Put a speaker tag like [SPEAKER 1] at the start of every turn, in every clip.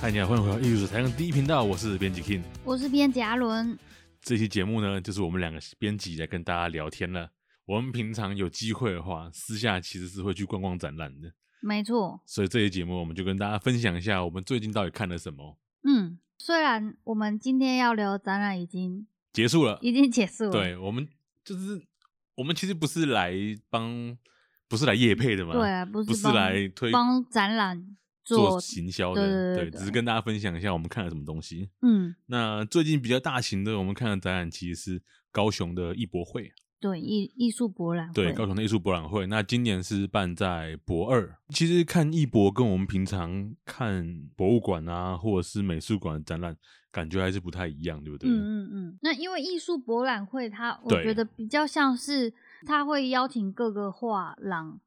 [SPEAKER 1] 嗨，你好，欢迎回到艺术台港第一频道，我是编辑 King。
[SPEAKER 2] 我是编辑阿伦，
[SPEAKER 1] 这期节目呢，就是我们两个编辑来跟大家聊天了。我们平常有机会的话，私下其实是会去逛逛展览的，
[SPEAKER 2] 没错，
[SPEAKER 1] 所以这期节目我们就跟大家分享一下我们最近到底看了什么。
[SPEAKER 2] 嗯，虽然我们今天要聊的展览已经
[SPEAKER 1] 结束了，
[SPEAKER 2] 已经结束了，
[SPEAKER 1] 对我们就是我们其实不是来帮，不是来夜配的嘛，
[SPEAKER 2] 对啊，不是
[SPEAKER 1] 不是
[SPEAKER 2] 帮
[SPEAKER 1] 来推
[SPEAKER 2] 帮展览
[SPEAKER 1] 做
[SPEAKER 2] 做，
[SPEAKER 1] 行销
[SPEAKER 2] 对
[SPEAKER 1] 的，
[SPEAKER 2] 对对
[SPEAKER 1] 只
[SPEAKER 2] 对
[SPEAKER 1] 是跟大家分享一下我们看了什么东西。
[SPEAKER 2] 嗯，
[SPEAKER 1] 那最近比较大型的，我们看的展览其实是高雄的艺博会，
[SPEAKER 2] 对艺艺术博览
[SPEAKER 1] 对
[SPEAKER 2] 会
[SPEAKER 1] 高雄的艺术博览会。那今年是办在博二。其实看艺博跟我们平常看博物馆啊，或者是美术馆的展览，感觉还是不太一样，对不对？
[SPEAKER 2] 嗯嗯嗯，那因为艺术博览会它，我
[SPEAKER 1] 对
[SPEAKER 2] 觉得比较像是它会邀请各个画廊，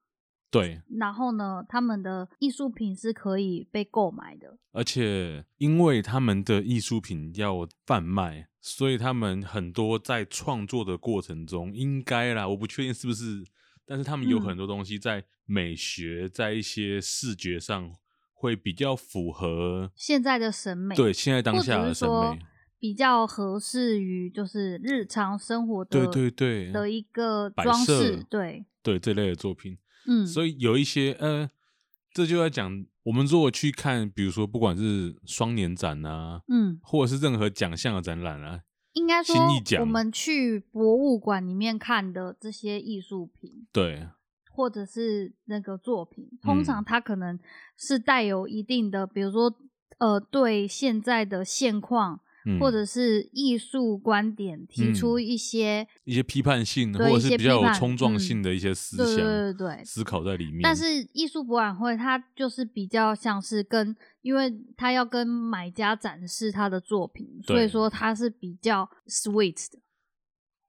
[SPEAKER 1] 对，
[SPEAKER 2] 然后呢，他们的艺术品是可以被购买的，
[SPEAKER 1] 而且因为他们的艺术品要贩卖，所以他们很多在创作的过程中，应该啦，我不确定是不是，但是他们有
[SPEAKER 2] 嗯
[SPEAKER 1] 很多东西在美学，在一些视觉上会比较符合
[SPEAKER 2] 现在的审美，
[SPEAKER 1] 对现在当
[SPEAKER 2] 或
[SPEAKER 1] 下
[SPEAKER 2] 者
[SPEAKER 1] 的
[SPEAKER 2] 是
[SPEAKER 1] 审
[SPEAKER 2] 说
[SPEAKER 1] 美。
[SPEAKER 2] 比较合适于就是日常生活的
[SPEAKER 1] 对对对
[SPEAKER 2] 的一个
[SPEAKER 1] 摆
[SPEAKER 2] 装
[SPEAKER 1] 设
[SPEAKER 2] 饰，对，
[SPEAKER 1] 对这类的作品，
[SPEAKER 2] 嗯，
[SPEAKER 1] 所以有一些呃，这就要讲我们如果去看，比如说不管是双年展啊，
[SPEAKER 2] 嗯，
[SPEAKER 1] 或者是任何奖项的展览啊，
[SPEAKER 2] 应该说
[SPEAKER 1] 新意奖
[SPEAKER 2] 我们去博物馆里面看的这些艺术品
[SPEAKER 1] 对
[SPEAKER 2] 或者是那个作品，通
[SPEAKER 1] 嗯
[SPEAKER 2] 常它可能是带有一定的，比如说呃，对现在的现况。
[SPEAKER 1] 嗯
[SPEAKER 2] 或者是艺术观点提出一些，
[SPEAKER 1] 一些批判性
[SPEAKER 2] 对
[SPEAKER 1] 或者
[SPEAKER 2] 一
[SPEAKER 1] 是
[SPEAKER 2] 些
[SPEAKER 1] 比较有
[SPEAKER 2] 批判
[SPEAKER 1] 冲撞
[SPEAKER 2] 嗯
[SPEAKER 1] 性的一些思
[SPEAKER 2] 对对
[SPEAKER 1] 想、
[SPEAKER 2] 对对对，
[SPEAKER 1] 思考在里面。
[SPEAKER 2] 但是艺术博览会它就是比较像是跟，因为它要跟买家展示他的作品，
[SPEAKER 1] 对
[SPEAKER 2] 所以说它是比较 sweet 的。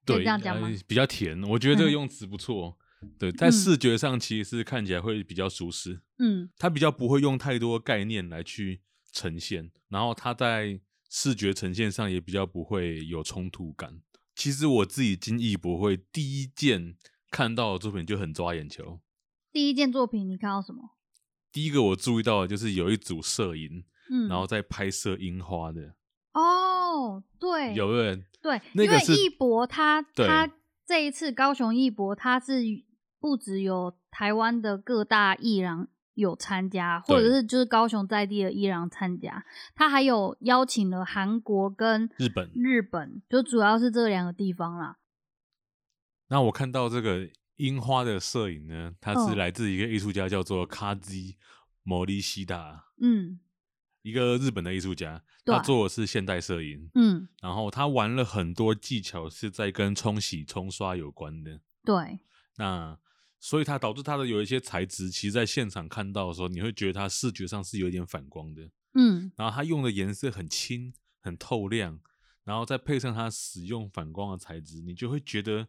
[SPEAKER 2] 可
[SPEAKER 1] 对
[SPEAKER 2] 以这样讲吗
[SPEAKER 1] 呃比较甜，我觉得这个
[SPEAKER 2] 嗯
[SPEAKER 1] 用词不错。 对，在
[SPEAKER 2] 嗯
[SPEAKER 1] 视觉上其实是看起来会比较舒适。
[SPEAKER 2] 嗯，
[SPEAKER 1] 它比较不会用太多概念来去呈现，然后它在视觉呈现上也比较不会有冲突感。其实我自己进艺博会第一件看到的作品就很抓眼球。
[SPEAKER 2] 第一件作品你看到什么？
[SPEAKER 1] 第一个我注意到的就是有一组摄影，
[SPEAKER 2] 嗯，
[SPEAKER 1] 然后在拍摄樱花的，
[SPEAKER 2] 哦，对，
[SPEAKER 1] 有没有？
[SPEAKER 2] 对，
[SPEAKER 1] 那个是
[SPEAKER 2] 因为艺博它
[SPEAKER 1] 对
[SPEAKER 2] 它这一次高雄艺博，它是不只有台湾的各大艺廊有参加，
[SPEAKER 1] 对
[SPEAKER 2] 或者是就是高雄在地的艺廊参加，它还有邀请了韩国跟
[SPEAKER 1] 日本
[SPEAKER 2] 日本，就主要是这两个地方啦。
[SPEAKER 1] 那我看到这个樱花的摄影呢，它是
[SPEAKER 2] 哦
[SPEAKER 1] 来自一个艺术家叫做卡基摩利西达，
[SPEAKER 2] 嗯
[SPEAKER 1] 一个日本的艺术家，
[SPEAKER 2] 对
[SPEAKER 1] 他做的是现代摄影。
[SPEAKER 2] 嗯，
[SPEAKER 1] 然后他玩了很多技巧是在跟冲洗、冲刷有关的。
[SPEAKER 2] 对，
[SPEAKER 1] 那所以它导致它的有一些材质，其实在现场看到的时候，你会觉得它视觉上是有一点反光的。
[SPEAKER 2] 嗯
[SPEAKER 1] 然后它用的颜色很轻、很透亮，然后再配上它使用反光的材质，你就会觉得，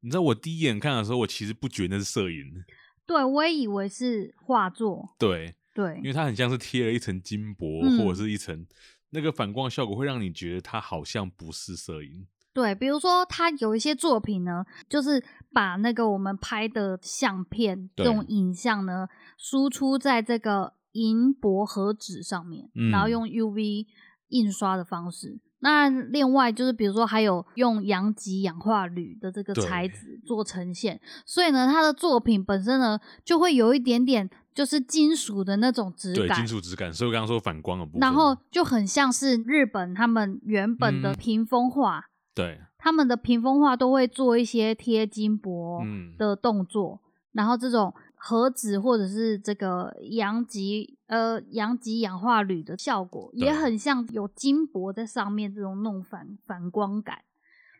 [SPEAKER 1] 你知道我第一眼看的时候，我其实不觉得那是摄影，
[SPEAKER 2] 对，我也以为是画作，
[SPEAKER 1] 对，
[SPEAKER 2] 对
[SPEAKER 1] 因，为它很像是贴了一层金箔、
[SPEAKER 2] 嗯
[SPEAKER 1] 或者是一层那个反光效果，会让你觉得它好像不是摄影。
[SPEAKER 2] 对，比如说他有一些作品呢，就是把那个我们拍的相片
[SPEAKER 1] 对
[SPEAKER 2] 这种影像呢，输出在这个银箔盒纸上面，
[SPEAKER 1] 嗯
[SPEAKER 2] 然后用 UV 印刷的方式。那另外就是，比如说还有用阳极氧化铝的这个
[SPEAKER 1] 对
[SPEAKER 2] 材质做呈现，所以呢，他的作品本身呢就会有一点点就是金属的那种质
[SPEAKER 1] 对
[SPEAKER 2] 感
[SPEAKER 1] 金，属质感，所以我刚刚说反光的部分。
[SPEAKER 2] 然后就很像是日本他们原本的
[SPEAKER 1] 嗯
[SPEAKER 2] 屏风画，
[SPEAKER 1] 对，
[SPEAKER 2] 他们的屏风画都会做一些贴金箔
[SPEAKER 1] 嗯，
[SPEAKER 2] 的动作，然后这种盒子或者是这个阳极呃阳极氧化铝的效果，
[SPEAKER 1] 对
[SPEAKER 2] 也很像有金箔在上面这种弄反反光感。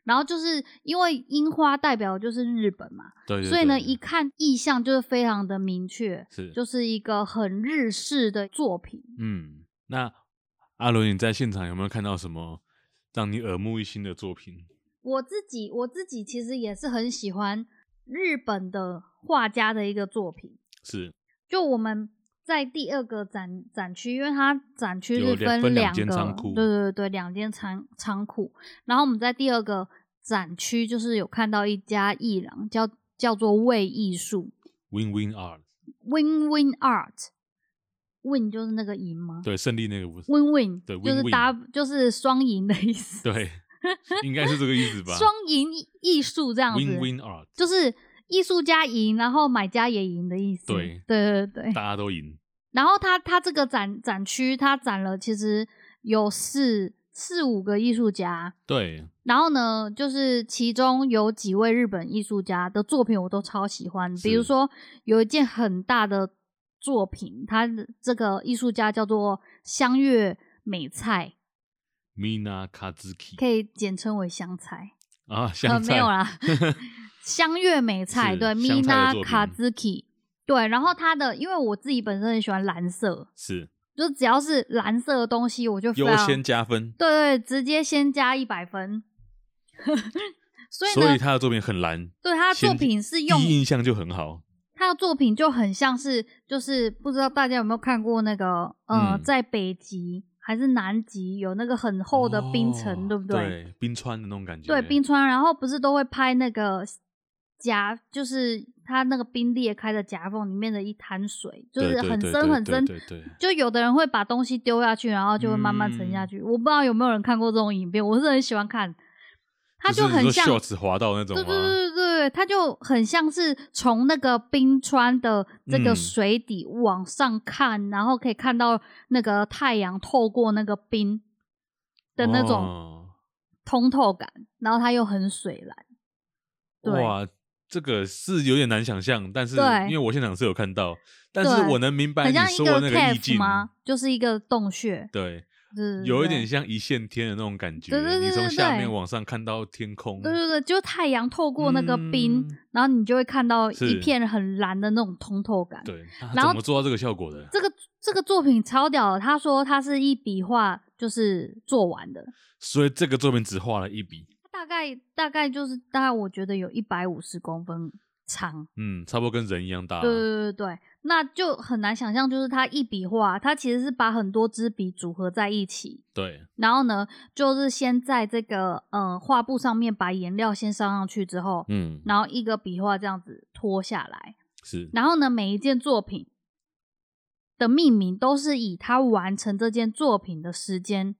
[SPEAKER 2] 然后就是因为樱花代表的就是日本嘛，
[SPEAKER 1] 对对
[SPEAKER 2] 所以呢
[SPEAKER 1] 对
[SPEAKER 2] 一看意象就是非常的明确，
[SPEAKER 1] 是
[SPEAKER 2] 就是一个很日式的作品。
[SPEAKER 1] 嗯，那阿伦，你在现场有没有看到什么让你耳目一新的作品？
[SPEAKER 2] 我自己我自己其实也是很喜欢日本的画家的一个作品。
[SPEAKER 1] 是
[SPEAKER 2] 就我们在第二个展展区，因为它展区
[SPEAKER 1] 有
[SPEAKER 2] 是
[SPEAKER 1] 两分
[SPEAKER 2] 分
[SPEAKER 1] 两
[SPEAKER 2] 两
[SPEAKER 1] 间
[SPEAKER 2] 个，
[SPEAKER 1] 仓库
[SPEAKER 2] 对对对，两间仓仓库。然后我们在第二个展区，就是有看到一家艺廊，叫叫做魏艺术
[SPEAKER 1] Win Win Art，
[SPEAKER 2] （Win Win Art）。 win 就是那个赢吗
[SPEAKER 1] 对，胜利那个不是，
[SPEAKER 2] ？win win
[SPEAKER 1] 对
[SPEAKER 2] 就是
[SPEAKER 1] win-win
[SPEAKER 2] 搭就是双赢的意思，
[SPEAKER 1] 对，应该是这个意思吧
[SPEAKER 2] 双赢艺术这样子
[SPEAKER 1] ？Win Win Art，
[SPEAKER 2] 就是艺术家赢，然后买家也赢的意思。
[SPEAKER 1] 对
[SPEAKER 2] 对对对
[SPEAKER 1] 大家都赢，
[SPEAKER 2] 然后他他这个展展区，他展了其实有四四五个艺术家，
[SPEAKER 1] 对，
[SPEAKER 2] 然后呢，就是其中有几位日本艺术家的作品我都超喜欢，比如
[SPEAKER 1] 是
[SPEAKER 2] 说有一件很大的作品，他这个艺术家叫做香月美菜，
[SPEAKER 1] Mina Kazuki
[SPEAKER 2] 可以简称为香菜，
[SPEAKER 1] 啊，
[SPEAKER 2] 呃
[SPEAKER 1] 香菜
[SPEAKER 2] 没有啦， 香月美菜
[SPEAKER 1] 是
[SPEAKER 2] 对
[SPEAKER 1] 香菜的
[SPEAKER 2] ，Mina
[SPEAKER 1] 作
[SPEAKER 2] Kazuki 对，然后他的因为我自己本身很喜欢蓝色，
[SPEAKER 1] 是
[SPEAKER 2] 就只要是蓝色的东西，我就非
[SPEAKER 1] 优
[SPEAKER 2] 常
[SPEAKER 1] 先加分，
[SPEAKER 2] 对对，直接先加一百分。 所以呢，
[SPEAKER 1] 所以他的作品很蓝，
[SPEAKER 2] 对他的作
[SPEAKER 1] 先
[SPEAKER 2] 品是
[SPEAKER 1] 第
[SPEAKER 2] 用
[SPEAKER 1] 一印象就很好，
[SPEAKER 2] 他的作品就很像是，就是不知道大家有没有看过那个，呃，
[SPEAKER 1] 嗯
[SPEAKER 2] 在北极还是南极有那个很厚的冰
[SPEAKER 1] 哦
[SPEAKER 2] 层，对不对？
[SPEAKER 1] 对，冰川的那种感觉，
[SPEAKER 2] 对，冰川，然后不是都会拍那个夹，就是它那个冰裂开的夹缝里面的一滩水，就
[SPEAKER 1] 对
[SPEAKER 2] 是
[SPEAKER 1] 对
[SPEAKER 2] 很
[SPEAKER 1] 对
[SPEAKER 2] 深
[SPEAKER 1] 对
[SPEAKER 2] 很
[SPEAKER 1] 对
[SPEAKER 2] 深。
[SPEAKER 1] 对对
[SPEAKER 2] 就有的人会把东西丢下去，然后就会慢慢沉下
[SPEAKER 1] 嗯
[SPEAKER 2] 去。我不知道有没有人看过这种影片，我是很喜欢看。它
[SPEAKER 1] 就是
[SPEAKER 2] 很
[SPEAKER 1] 你说
[SPEAKER 2] 像
[SPEAKER 1] shorts 滑到那种
[SPEAKER 2] 对
[SPEAKER 1] 吗？
[SPEAKER 2] 对对对对，它就很像是从那个冰川的这个
[SPEAKER 1] 嗯
[SPEAKER 2] 水底往上看，然后可以看到那个太阳透过那个冰的那种
[SPEAKER 1] 哦
[SPEAKER 2] 通透感，然后它又很水蓝。对
[SPEAKER 1] 哇，这个是有点难想象，但是
[SPEAKER 2] 对
[SPEAKER 1] 因为我现场是有看到，但是
[SPEAKER 2] 对
[SPEAKER 1] 我能明白
[SPEAKER 2] 很
[SPEAKER 1] 你
[SPEAKER 2] 像一
[SPEAKER 1] 说的那个意
[SPEAKER 2] cave
[SPEAKER 1] 境
[SPEAKER 2] 吗？就是一个洞穴，
[SPEAKER 1] 对，
[SPEAKER 2] 对，
[SPEAKER 1] 有一
[SPEAKER 2] 对
[SPEAKER 1] 点像一线天的那种感觉，
[SPEAKER 2] 对对对
[SPEAKER 1] 你从
[SPEAKER 2] 对
[SPEAKER 1] 下
[SPEAKER 2] 对
[SPEAKER 1] 面往上看到天空，
[SPEAKER 2] 对对对，就太阳透过那个冰，
[SPEAKER 1] 嗯
[SPEAKER 2] 然后你就会看到一
[SPEAKER 1] 是
[SPEAKER 2] 片很蓝的那种通透感。
[SPEAKER 1] 对，他
[SPEAKER 2] 然后
[SPEAKER 1] 怎么做到这个效果的？
[SPEAKER 2] 这个这个作品超屌的，他说他是一笔画就是做完的，
[SPEAKER 1] 所以这个作品只画了一笔，
[SPEAKER 2] 大概大概就是大概我觉得有一百五十公分长，
[SPEAKER 1] 嗯，差不多跟人一样大，
[SPEAKER 2] 对对对对，那就很难想象，就是他一笔画，他其实是把很多支笔组合在一起，
[SPEAKER 1] 对
[SPEAKER 2] 然后呢，就是先在这个呃画布上面把颜料先上上去之后，
[SPEAKER 1] 嗯，
[SPEAKER 2] 然后一个笔画这样子拖下来，
[SPEAKER 1] 是
[SPEAKER 2] 然后呢，每一件作品的命名都是以他完成这件作品的时间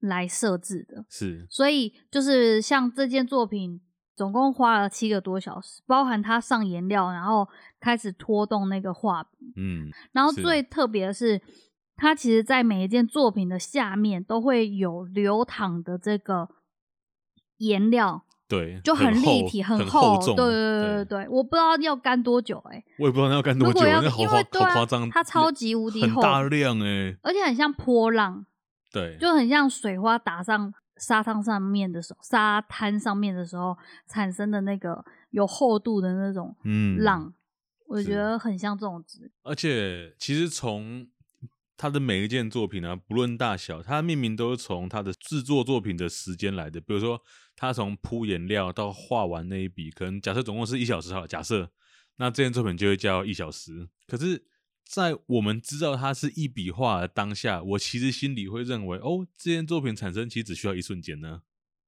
[SPEAKER 2] 来设置的，
[SPEAKER 1] 是，
[SPEAKER 2] 所以就是像这件作品，总共花了七个多小时，包含他上颜料，然后开始拖动那个画笔，
[SPEAKER 1] 嗯，
[SPEAKER 2] 然后
[SPEAKER 1] 是
[SPEAKER 2] 最特别的是，它其实在每一件作品的下面都会有流淌的这个颜料，
[SPEAKER 1] 对，
[SPEAKER 2] 就
[SPEAKER 1] 很
[SPEAKER 2] 立
[SPEAKER 1] 厚
[SPEAKER 2] 体，
[SPEAKER 1] 很
[SPEAKER 2] 厚，
[SPEAKER 1] 重，
[SPEAKER 2] 对对对对对，我不知道要干多久哎、欸
[SPEAKER 1] 我也不知道那要干多
[SPEAKER 2] 如
[SPEAKER 1] 久，
[SPEAKER 2] 果要
[SPEAKER 1] 那好
[SPEAKER 2] 因
[SPEAKER 1] 夸
[SPEAKER 2] 为对
[SPEAKER 1] 好
[SPEAKER 2] 啊
[SPEAKER 1] 夸张，
[SPEAKER 2] 它超级无敌
[SPEAKER 1] 很
[SPEAKER 2] 厚
[SPEAKER 1] 大量哎，
[SPEAKER 2] 而且很像波浪，
[SPEAKER 1] 对，
[SPEAKER 2] 就很像水花打上沙滩上面的时候，沙滩上面的时候产生的那个有厚度的那种
[SPEAKER 1] 嗯，
[SPEAKER 2] 浪，我觉
[SPEAKER 1] 是
[SPEAKER 2] 得很像这种值。
[SPEAKER 1] 而且其实从他的每一件作品啊，不论大小，他命名都是从他的制作作品的时间来的。比如说，他从铺颜料到画完那一笔，可能假设总共是一小时好了，假设那这件作品就会叫一小时。可是，在我们知道它是一笔画的当下，我其实心里会认为，哦，这件作品产生其实只需要一瞬间呢。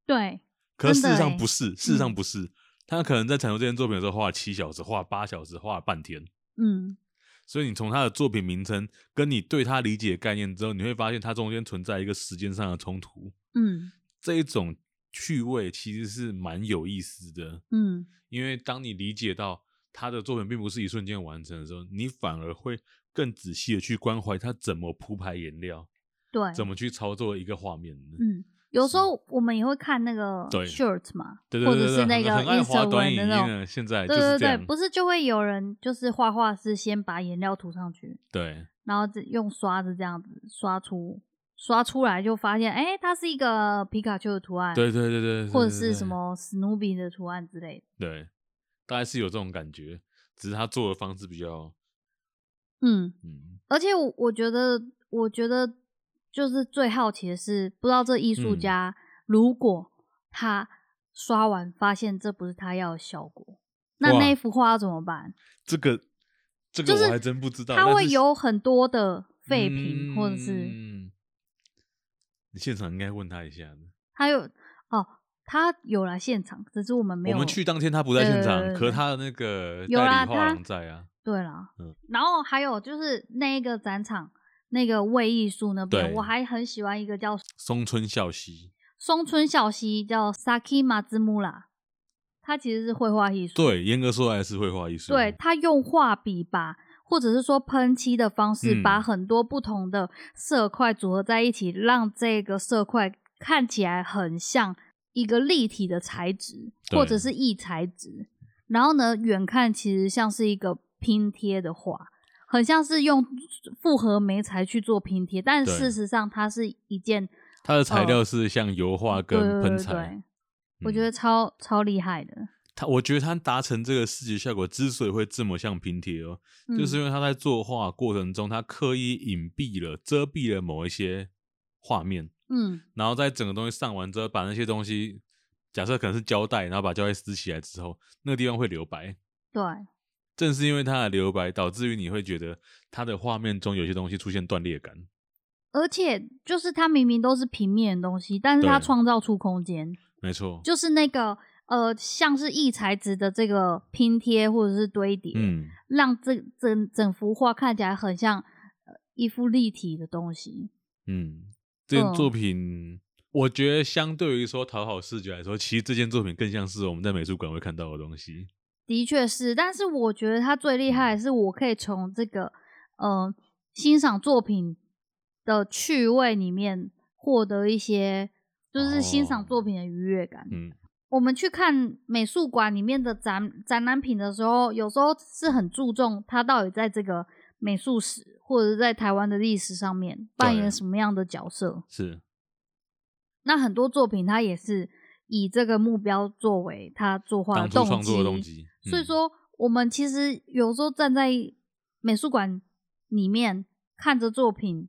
[SPEAKER 2] 对，
[SPEAKER 1] 可是
[SPEAKER 2] 真
[SPEAKER 1] 事
[SPEAKER 2] 的
[SPEAKER 1] 实上
[SPEAKER 2] 欸
[SPEAKER 1] 不是，事实上
[SPEAKER 2] 嗯
[SPEAKER 1] 不是。他可能在产出这件作品的时候，画了七小时，画了八小时，画了半天。
[SPEAKER 2] 嗯，
[SPEAKER 1] 所以你从他的作品名称跟你对他理解的概念之后，你会发现它中间存在一个时间上的冲突。
[SPEAKER 2] 嗯，
[SPEAKER 1] 这一种趣味其实是蛮有意思的，
[SPEAKER 2] 嗯，
[SPEAKER 1] 因为当你理解到他的作品并不是一瞬间完成的时候，你反而会更仔细的去关怀他怎么铺排颜料，
[SPEAKER 2] 对，
[SPEAKER 1] 怎么去操作一个画面。
[SPEAKER 2] 嗯。有时候我们也会看那个
[SPEAKER 1] 对
[SPEAKER 2] shirt 嘛，
[SPEAKER 1] 对对
[SPEAKER 2] 或
[SPEAKER 1] 对
[SPEAKER 2] 者
[SPEAKER 1] 对对，
[SPEAKER 2] 是那个
[SPEAKER 1] 很很爱滑
[SPEAKER 2] Instagram
[SPEAKER 1] 短影
[SPEAKER 2] 的
[SPEAKER 1] 音
[SPEAKER 2] 那
[SPEAKER 1] 啊，
[SPEAKER 2] 种，
[SPEAKER 1] 现在就
[SPEAKER 2] 对
[SPEAKER 1] 是
[SPEAKER 2] 对
[SPEAKER 1] 这
[SPEAKER 2] 对，
[SPEAKER 1] 样
[SPEAKER 2] 不，是就会有人就是画画是先把颜料涂上去，
[SPEAKER 1] 对
[SPEAKER 2] 然后这用刷子这样子刷出，刷出来就发现，哎、它是一个皮卡丘的图案，
[SPEAKER 1] 对对对对对，对
[SPEAKER 2] 或者
[SPEAKER 1] 对
[SPEAKER 2] 是
[SPEAKER 1] 对
[SPEAKER 2] 什么史努比的图案之类的。
[SPEAKER 1] 对，大概是有这种感觉，只是他做的方式比较
[SPEAKER 2] 嗯，
[SPEAKER 1] 嗯。
[SPEAKER 2] 而且我我觉得，我觉得就是最好奇的是，不知道这艺术
[SPEAKER 1] 嗯
[SPEAKER 2] 家、如果他刷完发现这不是他要的效果，那
[SPEAKER 1] 哇
[SPEAKER 2] 那幅画要怎么办？
[SPEAKER 1] 这个这个
[SPEAKER 2] 就是
[SPEAKER 1] 我还真不知道，
[SPEAKER 2] 他
[SPEAKER 1] 但
[SPEAKER 2] 会
[SPEAKER 1] 啊是
[SPEAKER 2] 有很多的废品，或者是
[SPEAKER 1] 嗯，你现场应该问他一下的。
[SPEAKER 2] 他有哦，他有来现场，只是我们没
[SPEAKER 1] 我
[SPEAKER 2] 有。
[SPEAKER 1] 们去当天他不在现场，
[SPEAKER 2] 对对对
[SPEAKER 1] 可是他的那个
[SPEAKER 2] 有
[SPEAKER 1] 代
[SPEAKER 2] 啦
[SPEAKER 1] 理画
[SPEAKER 2] 他
[SPEAKER 1] 廊在啊，
[SPEAKER 2] 对啦，
[SPEAKER 1] 嗯
[SPEAKER 2] 然后还有就是那一个展场，那个魏艺术那边，
[SPEAKER 1] 对
[SPEAKER 2] 我还很喜欢一个叫
[SPEAKER 1] 松村孝希，
[SPEAKER 2] 松村孝希，叫 Saki Mazumura，他其实是绘画艺术。
[SPEAKER 1] 对，严格说来是绘画艺术。
[SPEAKER 2] 对他用画笔吧，或者是说喷漆的方式，
[SPEAKER 1] 嗯
[SPEAKER 2] 把很多不同的色块组合在一起，让这个色块看起来很像一个立体的材质，或者
[SPEAKER 1] 对
[SPEAKER 2] 是异材质。然后呢，远看其实像是一个拼贴的画，很像是用复合媒材去做拼贴，但
[SPEAKER 1] 对
[SPEAKER 2] 事实上它是一件
[SPEAKER 1] 它的材料是像油画
[SPEAKER 2] 呃对对
[SPEAKER 1] 跟
[SPEAKER 2] 对
[SPEAKER 1] 喷
[SPEAKER 2] 对
[SPEAKER 1] 彩。
[SPEAKER 2] 对我
[SPEAKER 1] 嗯
[SPEAKER 2] 觉得超超厉害的，
[SPEAKER 1] 他，我觉得他达成这个视觉效果之所以会这么像拼贴哦，就是
[SPEAKER 2] 嗯
[SPEAKER 1] 因为他在作画过程中，他刻意隐蔽了、遮蔽了某一些画面，
[SPEAKER 2] 嗯
[SPEAKER 1] 然后在整个东西上完之后，把那些东西，假设可能是胶带，然后把胶带撕起来之后，那个地方会留白。
[SPEAKER 2] 对
[SPEAKER 1] 正是因为它的留白，导致于你会觉得它的画面中有些东西出现断裂感。
[SPEAKER 2] 而且就是它明明都是平面的东西，但是它
[SPEAKER 1] 对
[SPEAKER 2] 创造出空间，
[SPEAKER 1] 没错，
[SPEAKER 2] 就是那个呃，像是异材质的这个拼贴或者是堆叠，
[SPEAKER 1] 嗯，
[SPEAKER 2] 让这整整幅画看起来很像、呃一幅立体的东西。
[SPEAKER 1] 嗯，这件
[SPEAKER 2] 嗯
[SPEAKER 1] 作品，我觉得相对于说讨好视觉来说，其实这件作品更像是我们在美术馆会看到的东西。
[SPEAKER 2] 的确是，但是我觉得他最厉害的是，我可以从这个呃欣赏作品的趣味里面获得一些，就是欣赏
[SPEAKER 1] 哦
[SPEAKER 2] 作品的愉悦感。
[SPEAKER 1] 嗯，
[SPEAKER 2] 我们去看美术馆里面的展展览品的时候，有时候是很注重它到底在这个美术史或者是在台湾的历史上面扮演什么样的角色。
[SPEAKER 1] 是
[SPEAKER 2] 那很多作品它也是以这个目标作为它作画
[SPEAKER 1] 当
[SPEAKER 2] 的
[SPEAKER 1] 初
[SPEAKER 2] 动
[SPEAKER 1] 创作
[SPEAKER 2] 机。
[SPEAKER 1] 的动机。嗯
[SPEAKER 2] 所以，说，我们其实有时候站在美术馆里面看着作品，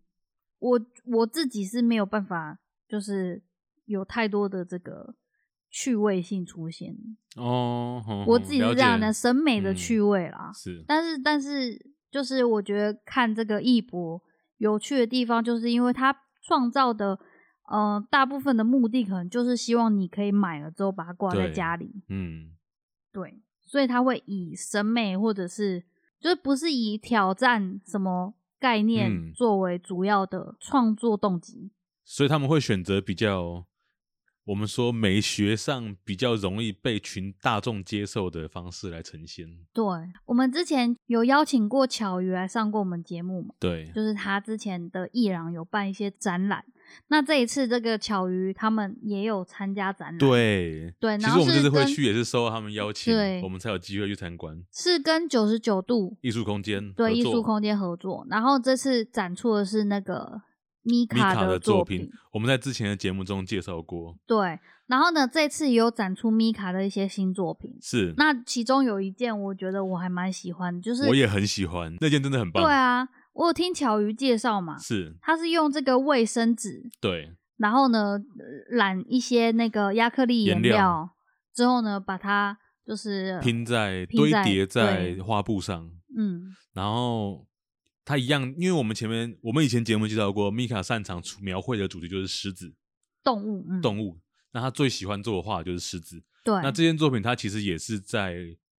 [SPEAKER 2] 我我自己是没有办法，就是有太多的这个趣味性出现。
[SPEAKER 1] 哦，哼
[SPEAKER 2] 我
[SPEAKER 1] 哼
[SPEAKER 2] 自己
[SPEAKER 1] 了
[SPEAKER 2] 是这样
[SPEAKER 1] 解
[SPEAKER 2] 的审美的
[SPEAKER 1] 嗯
[SPEAKER 2] 趣味啦。
[SPEAKER 1] 是
[SPEAKER 2] 但是，但是，就是我觉得看这个艺博有趣的地方，就是因为它创造的，呃，大部分的目的可能就是希望你可以买了之后把它挂在
[SPEAKER 1] 对
[SPEAKER 2] 家里，
[SPEAKER 1] 嗯，
[SPEAKER 2] 对，所以它会以审美或者是就是不是以挑战什么概念
[SPEAKER 1] 嗯
[SPEAKER 2] 作为主要的创作动机，
[SPEAKER 1] 所以他们会选择比较。我们说美学上比较容易被群大众接受的方式来呈现，
[SPEAKER 2] 对，我们之前有邀请过巧鱼来上过我们节目嘛？
[SPEAKER 1] 对，
[SPEAKER 2] 就是啊他之前的艺廊有办一些展览，那这一次这个巧鱼他们也有参加展览，，
[SPEAKER 1] 对
[SPEAKER 2] 对
[SPEAKER 1] 其
[SPEAKER 2] 然
[SPEAKER 1] 实
[SPEAKER 2] 后
[SPEAKER 1] 我们
[SPEAKER 2] 是
[SPEAKER 1] 这次会
[SPEAKER 2] 跟
[SPEAKER 1] 去也是受到他们邀请
[SPEAKER 2] 对，
[SPEAKER 1] 我们才有机会去参观
[SPEAKER 2] 是跟九十九度
[SPEAKER 1] 艺术空间合作，
[SPEAKER 2] 对艺术空间合作，然后这次展出的是那个米
[SPEAKER 1] 米
[SPEAKER 2] 卡
[SPEAKER 1] 卡的
[SPEAKER 2] 作
[SPEAKER 1] 作品，我们在之前的节目中介绍过，
[SPEAKER 2] 对，然后呢这次也有展出米卡的一些新作品，
[SPEAKER 1] 是，
[SPEAKER 2] 那其中有一件我觉得我还蛮喜欢，就是
[SPEAKER 1] 我也很喜欢那件，真的很棒，
[SPEAKER 2] 对啊，我有听巧鱼介绍嘛，
[SPEAKER 1] 是
[SPEAKER 2] 他是用这个卫生纸
[SPEAKER 1] 对，
[SPEAKER 2] 然后呢呃染一些那个亚克力
[SPEAKER 1] 颜
[SPEAKER 2] 颜
[SPEAKER 1] 料
[SPEAKER 2] 之后呢把它就是
[SPEAKER 1] 拼在
[SPEAKER 2] 拼
[SPEAKER 1] 堆
[SPEAKER 2] 在
[SPEAKER 1] 叠在
[SPEAKER 2] 对
[SPEAKER 1] 画布上，
[SPEAKER 2] 嗯
[SPEAKER 1] 然后它一样，因为我们前面我们以前节目介绍过，米卡擅长出描绘的主题就是狮子
[SPEAKER 2] 动物嗯
[SPEAKER 1] 动物，那他最喜欢做的画就是狮子，
[SPEAKER 2] 对
[SPEAKER 1] 那这件作品它其实也是在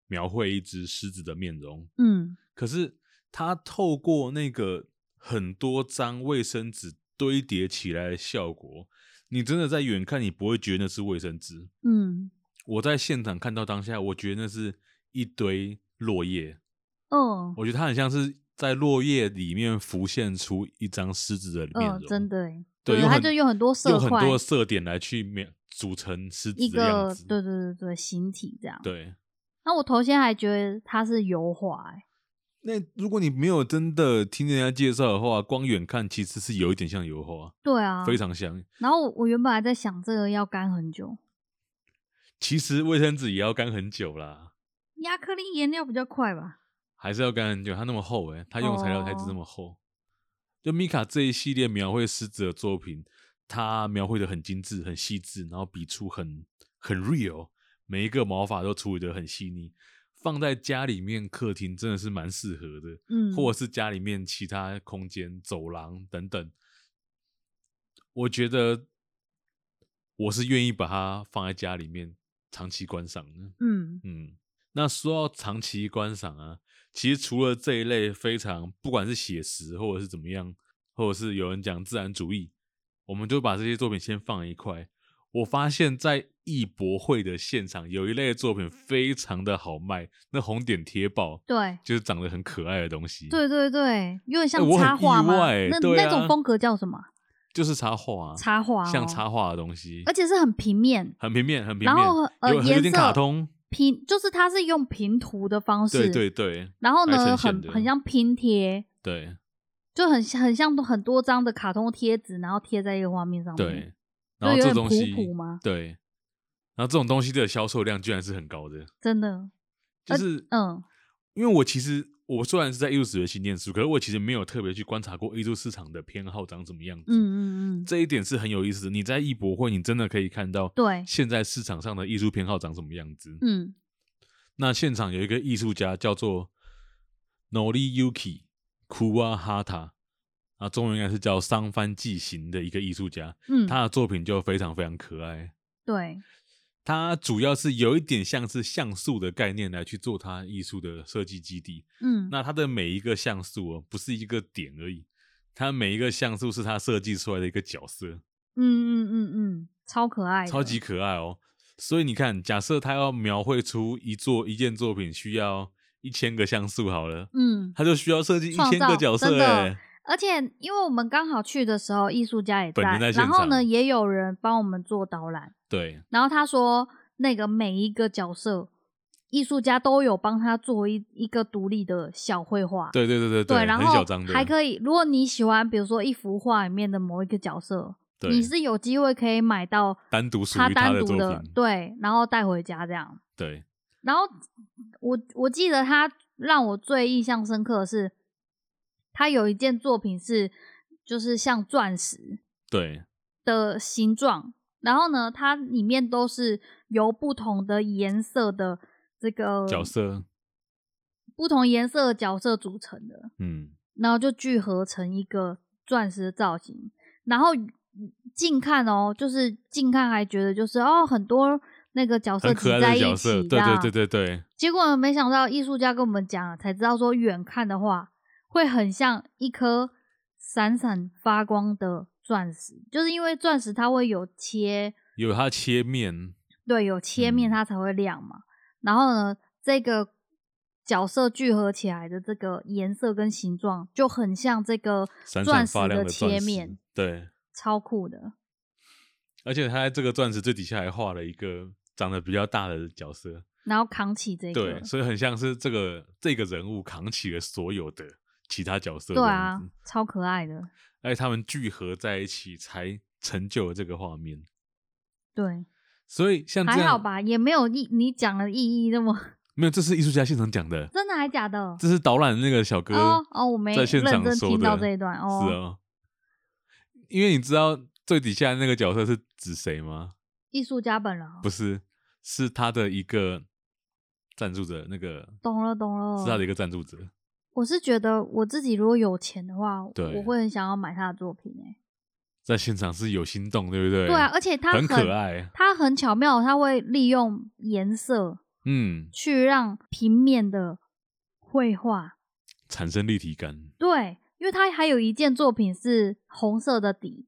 [SPEAKER 1] 描绘一只狮子的面容。
[SPEAKER 2] 嗯
[SPEAKER 1] 可是它透过那个很多张卫生纸堆叠起来的效果，你真的在远看你不会觉得那是卫生纸。
[SPEAKER 2] 嗯
[SPEAKER 1] 我在现场看到当下，我觉得那是一堆落叶，
[SPEAKER 2] 哦
[SPEAKER 1] 我觉得它很像是在落叶里面浮现出一张狮子的面容，
[SPEAKER 2] 嗯真的耶
[SPEAKER 1] 对，
[SPEAKER 2] 对，它
[SPEAKER 1] 很
[SPEAKER 2] 就有很多色
[SPEAKER 1] 用很
[SPEAKER 2] 块
[SPEAKER 1] 多色点来去描组成狮
[SPEAKER 2] 一
[SPEAKER 1] 子的样
[SPEAKER 2] 个
[SPEAKER 1] 子，
[SPEAKER 2] 对对对对形体这样。
[SPEAKER 1] 对。
[SPEAKER 2] 那我头先还觉得它是油画欸耶，
[SPEAKER 1] 那如果你没有真的听人家介绍的话，光远看其实是有一点像油画，
[SPEAKER 2] 对啊，
[SPEAKER 1] 非。常像。
[SPEAKER 2] 然后我我原本还在想这个要干很久，
[SPEAKER 1] 其实卫生纸也要干很久啦，
[SPEAKER 2] 亚克力颜料比较快吧？
[SPEAKER 1] 还是要干很久。它那么厚诶、它用材料材质
[SPEAKER 2] 哦
[SPEAKER 1] 那么厚。就米卡这一系列描绘狮子的作品，它描绘的很精致、很细致，然后笔触很很 real，每一个毛发都处理的很细腻。放在家里面客厅真的是蛮适合的，
[SPEAKER 2] 嗯，
[SPEAKER 1] 或者是家里面其他空间、走廊等等，我觉得我是愿意把它放在家里面长期观赏的。
[SPEAKER 2] 嗯
[SPEAKER 1] 嗯，那说到长期观赏啊，其实除了这一类非常不管是写实或者是怎么样或者是有人讲自然主义，我们就把这些作品先放一块。我发现，在艺博会的现场，有一类的作品非常的好卖，那红点贴爆，
[SPEAKER 2] 对
[SPEAKER 1] 就是长得很可爱的东西，，
[SPEAKER 2] 对对对，有点像
[SPEAKER 1] 哎我很
[SPEAKER 2] 插画
[SPEAKER 1] 意
[SPEAKER 2] 吗？
[SPEAKER 1] 外欸
[SPEAKER 2] 那
[SPEAKER 1] 对啊
[SPEAKER 2] 那种风格叫什么？
[SPEAKER 1] 就是插画啊，
[SPEAKER 2] 插画、哦，
[SPEAKER 1] 像插，画的东西，
[SPEAKER 2] 而且是很平面，
[SPEAKER 1] 很平面，很平
[SPEAKER 2] 然
[SPEAKER 1] 面，
[SPEAKER 2] 后呃
[SPEAKER 1] 有有
[SPEAKER 2] 颜
[SPEAKER 1] 点
[SPEAKER 2] 色
[SPEAKER 1] 卡通，
[SPEAKER 2] 拼，就是它是用平涂的方式，
[SPEAKER 1] 对对对
[SPEAKER 2] 然后
[SPEAKER 1] 来呈现
[SPEAKER 2] 呢，很
[SPEAKER 1] 的
[SPEAKER 2] 很像拼贴，
[SPEAKER 1] 对
[SPEAKER 2] 嗯就很像很像很多张的卡通贴纸，然后贴在一个画面上面。
[SPEAKER 1] 对，
[SPEAKER 2] 就
[SPEAKER 1] 然后
[SPEAKER 2] 有
[SPEAKER 1] 这
[SPEAKER 2] 点
[SPEAKER 1] 东
[SPEAKER 2] 普
[SPEAKER 1] 西
[SPEAKER 2] 普吗
[SPEAKER 1] 对，然后这种东西的销售量居然是很高的，
[SPEAKER 2] 真的，
[SPEAKER 1] 就是、
[SPEAKER 2] 嗯，
[SPEAKER 1] 因为我其实我虽然是在艺术史学系念书，可是我其实没有特别去观察过艺术市场的偏好长什么样子。
[SPEAKER 2] 嗯嗯嗯
[SPEAKER 1] 这一点是很有意思的。你在艺博会，你真的可以看到
[SPEAKER 2] 对
[SPEAKER 1] 现在市场上的艺术偏好长什么样子。
[SPEAKER 2] 嗯，
[SPEAKER 1] 那现场有一个艺术家叫做 Nori Yuki Kuwa Hata，啊，中文应该是叫桑帆纪行的一个艺术家，
[SPEAKER 2] 嗯，
[SPEAKER 1] 他的作品就非常非常可爱。
[SPEAKER 2] 对
[SPEAKER 1] 它主要是有一点像是像素的概念来去做它艺术的设计基地。
[SPEAKER 2] 嗯
[SPEAKER 1] 那它的每一个像素哦，不是一个点而已，它每一个像素是它设计出来的一个角色，
[SPEAKER 2] 嗯嗯嗯嗯，超可爱的，
[SPEAKER 1] 超级可爱哦。所以你看，假设他要描绘出一座一件作品需要一千个像素好了，
[SPEAKER 2] 嗯。
[SPEAKER 1] 他就需要设计一
[SPEAKER 2] 创
[SPEAKER 1] 千
[SPEAKER 2] 造
[SPEAKER 1] 个角色
[SPEAKER 2] 真的
[SPEAKER 1] 哎、
[SPEAKER 2] 而且，因为我们刚好去的时候，艺术家也
[SPEAKER 1] 本人在现
[SPEAKER 2] 然后呢，
[SPEAKER 1] 场
[SPEAKER 2] 也有人帮我们做导览。
[SPEAKER 1] 对
[SPEAKER 2] 然后他说，那个每一个角色，艺术家都有帮他做一一个独立的小绘画。
[SPEAKER 1] 对对对对
[SPEAKER 2] 对，然
[SPEAKER 1] 很小
[SPEAKER 2] 后
[SPEAKER 1] 张的，
[SPEAKER 2] 还可以，如果你喜欢，比如说一幅画里面的某一个角色，
[SPEAKER 1] 对
[SPEAKER 2] 你是有机会可以买到
[SPEAKER 1] 单独属
[SPEAKER 2] 他
[SPEAKER 1] 于他
[SPEAKER 2] 单
[SPEAKER 1] 的
[SPEAKER 2] 独
[SPEAKER 1] 作
[SPEAKER 2] 的
[SPEAKER 1] 品，
[SPEAKER 2] 对，然后带回家这样。
[SPEAKER 1] 对
[SPEAKER 2] 然后我我记得他让我最印象深刻的是，他有一件作品是就是像钻石
[SPEAKER 1] 对
[SPEAKER 2] 的形状，然后呢，它里面都是由不同的颜色的这个
[SPEAKER 1] 角色，
[SPEAKER 2] 不同颜色的角色组成的。
[SPEAKER 1] 嗯，
[SPEAKER 2] 然后就聚合成一个钻石的造型。然后近看哦，就是近看还觉得就是哦，很多那个角色
[SPEAKER 1] 很
[SPEAKER 2] 挤
[SPEAKER 1] 可爱
[SPEAKER 2] 在
[SPEAKER 1] 的
[SPEAKER 2] 一
[SPEAKER 1] 角
[SPEAKER 2] 起
[SPEAKER 1] 色，
[SPEAKER 2] 这
[SPEAKER 1] 对
[SPEAKER 2] 样
[SPEAKER 1] 对对对对。
[SPEAKER 2] 结果没想到艺术家跟我们讲，才知道说远看的话会很像一颗闪闪发光的钻石，就是因为钻石它会有切，
[SPEAKER 1] 有它切面，
[SPEAKER 2] 对，有切面
[SPEAKER 1] 嗯
[SPEAKER 2] 它才会亮嘛。然后呢，这个角色聚合起来的这个颜色跟形状就很像这个
[SPEAKER 1] 闪
[SPEAKER 2] 钻
[SPEAKER 1] 闪
[SPEAKER 2] 石
[SPEAKER 1] 发亮的钻
[SPEAKER 2] 切
[SPEAKER 1] 石
[SPEAKER 2] 面，
[SPEAKER 1] 对，
[SPEAKER 2] 超酷的。
[SPEAKER 1] 而且它在这个钻石最底下还画了一个长得比较大的角色，
[SPEAKER 2] 然后扛起这个
[SPEAKER 1] 对，，所以很像是这个这个人物扛起了所有的其他角色，
[SPEAKER 2] 对啊，
[SPEAKER 1] 嗯
[SPEAKER 2] 超可爱的。
[SPEAKER 1] 而且他们聚合在一起才成就了这个画面。
[SPEAKER 2] 对，
[SPEAKER 1] 所以像这
[SPEAKER 2] 还
[SPEAKER 1] 样
[SPEAKER 2] 好，吧，也没有意你讲的意义那么，
[SPEAKER 1] 没有，这是艺术家现场讲的
[SPEAKER 2] 真的还假的？
[SPEAKER 1] 这是导览那个小哥
[SPEAKER 2] 哦哦我没
[SPEAKER 1] 在现场
[SPEAKER 2] 认真
[SPEAKER 1] 说
[SPEAKER 2] 听
[SPEAKER 1] 的
[SPEAKER 2] 到这一段哦
[SPEAKER 1] 是哦，因为你知道最底下那个角色是指谁吗？
[SPEAKER 2] 艺术家本人哦
[SPEAKER 1] 不是，是他的一个赞助者，那个
[SPEAKER 2] 懂了懂了，
[SPEAKER 1] 是他的一个赞助者。
[SPEAKER 2] 我是觉得我自己如果有钱的话，
[SPEAKER 1] 对
[SPEAKER 2] 我会很想要买他的作品诶、
[SPEAKER 1] 在现场是有心动，对不对？
[SPEAKER 2] 对啊，而且他
[SPEAKER 1] 很可爱。
[SPEAKER 2] 他很巧妙，他会利用颜色
[SPEAKER 1] 嗯，
[SPEAKER 2] 去让平面的绘画，
[SPEAKER 1] 产生立体感，
[SPEAKER 2] 对，因为他还有一件作品是红色的底，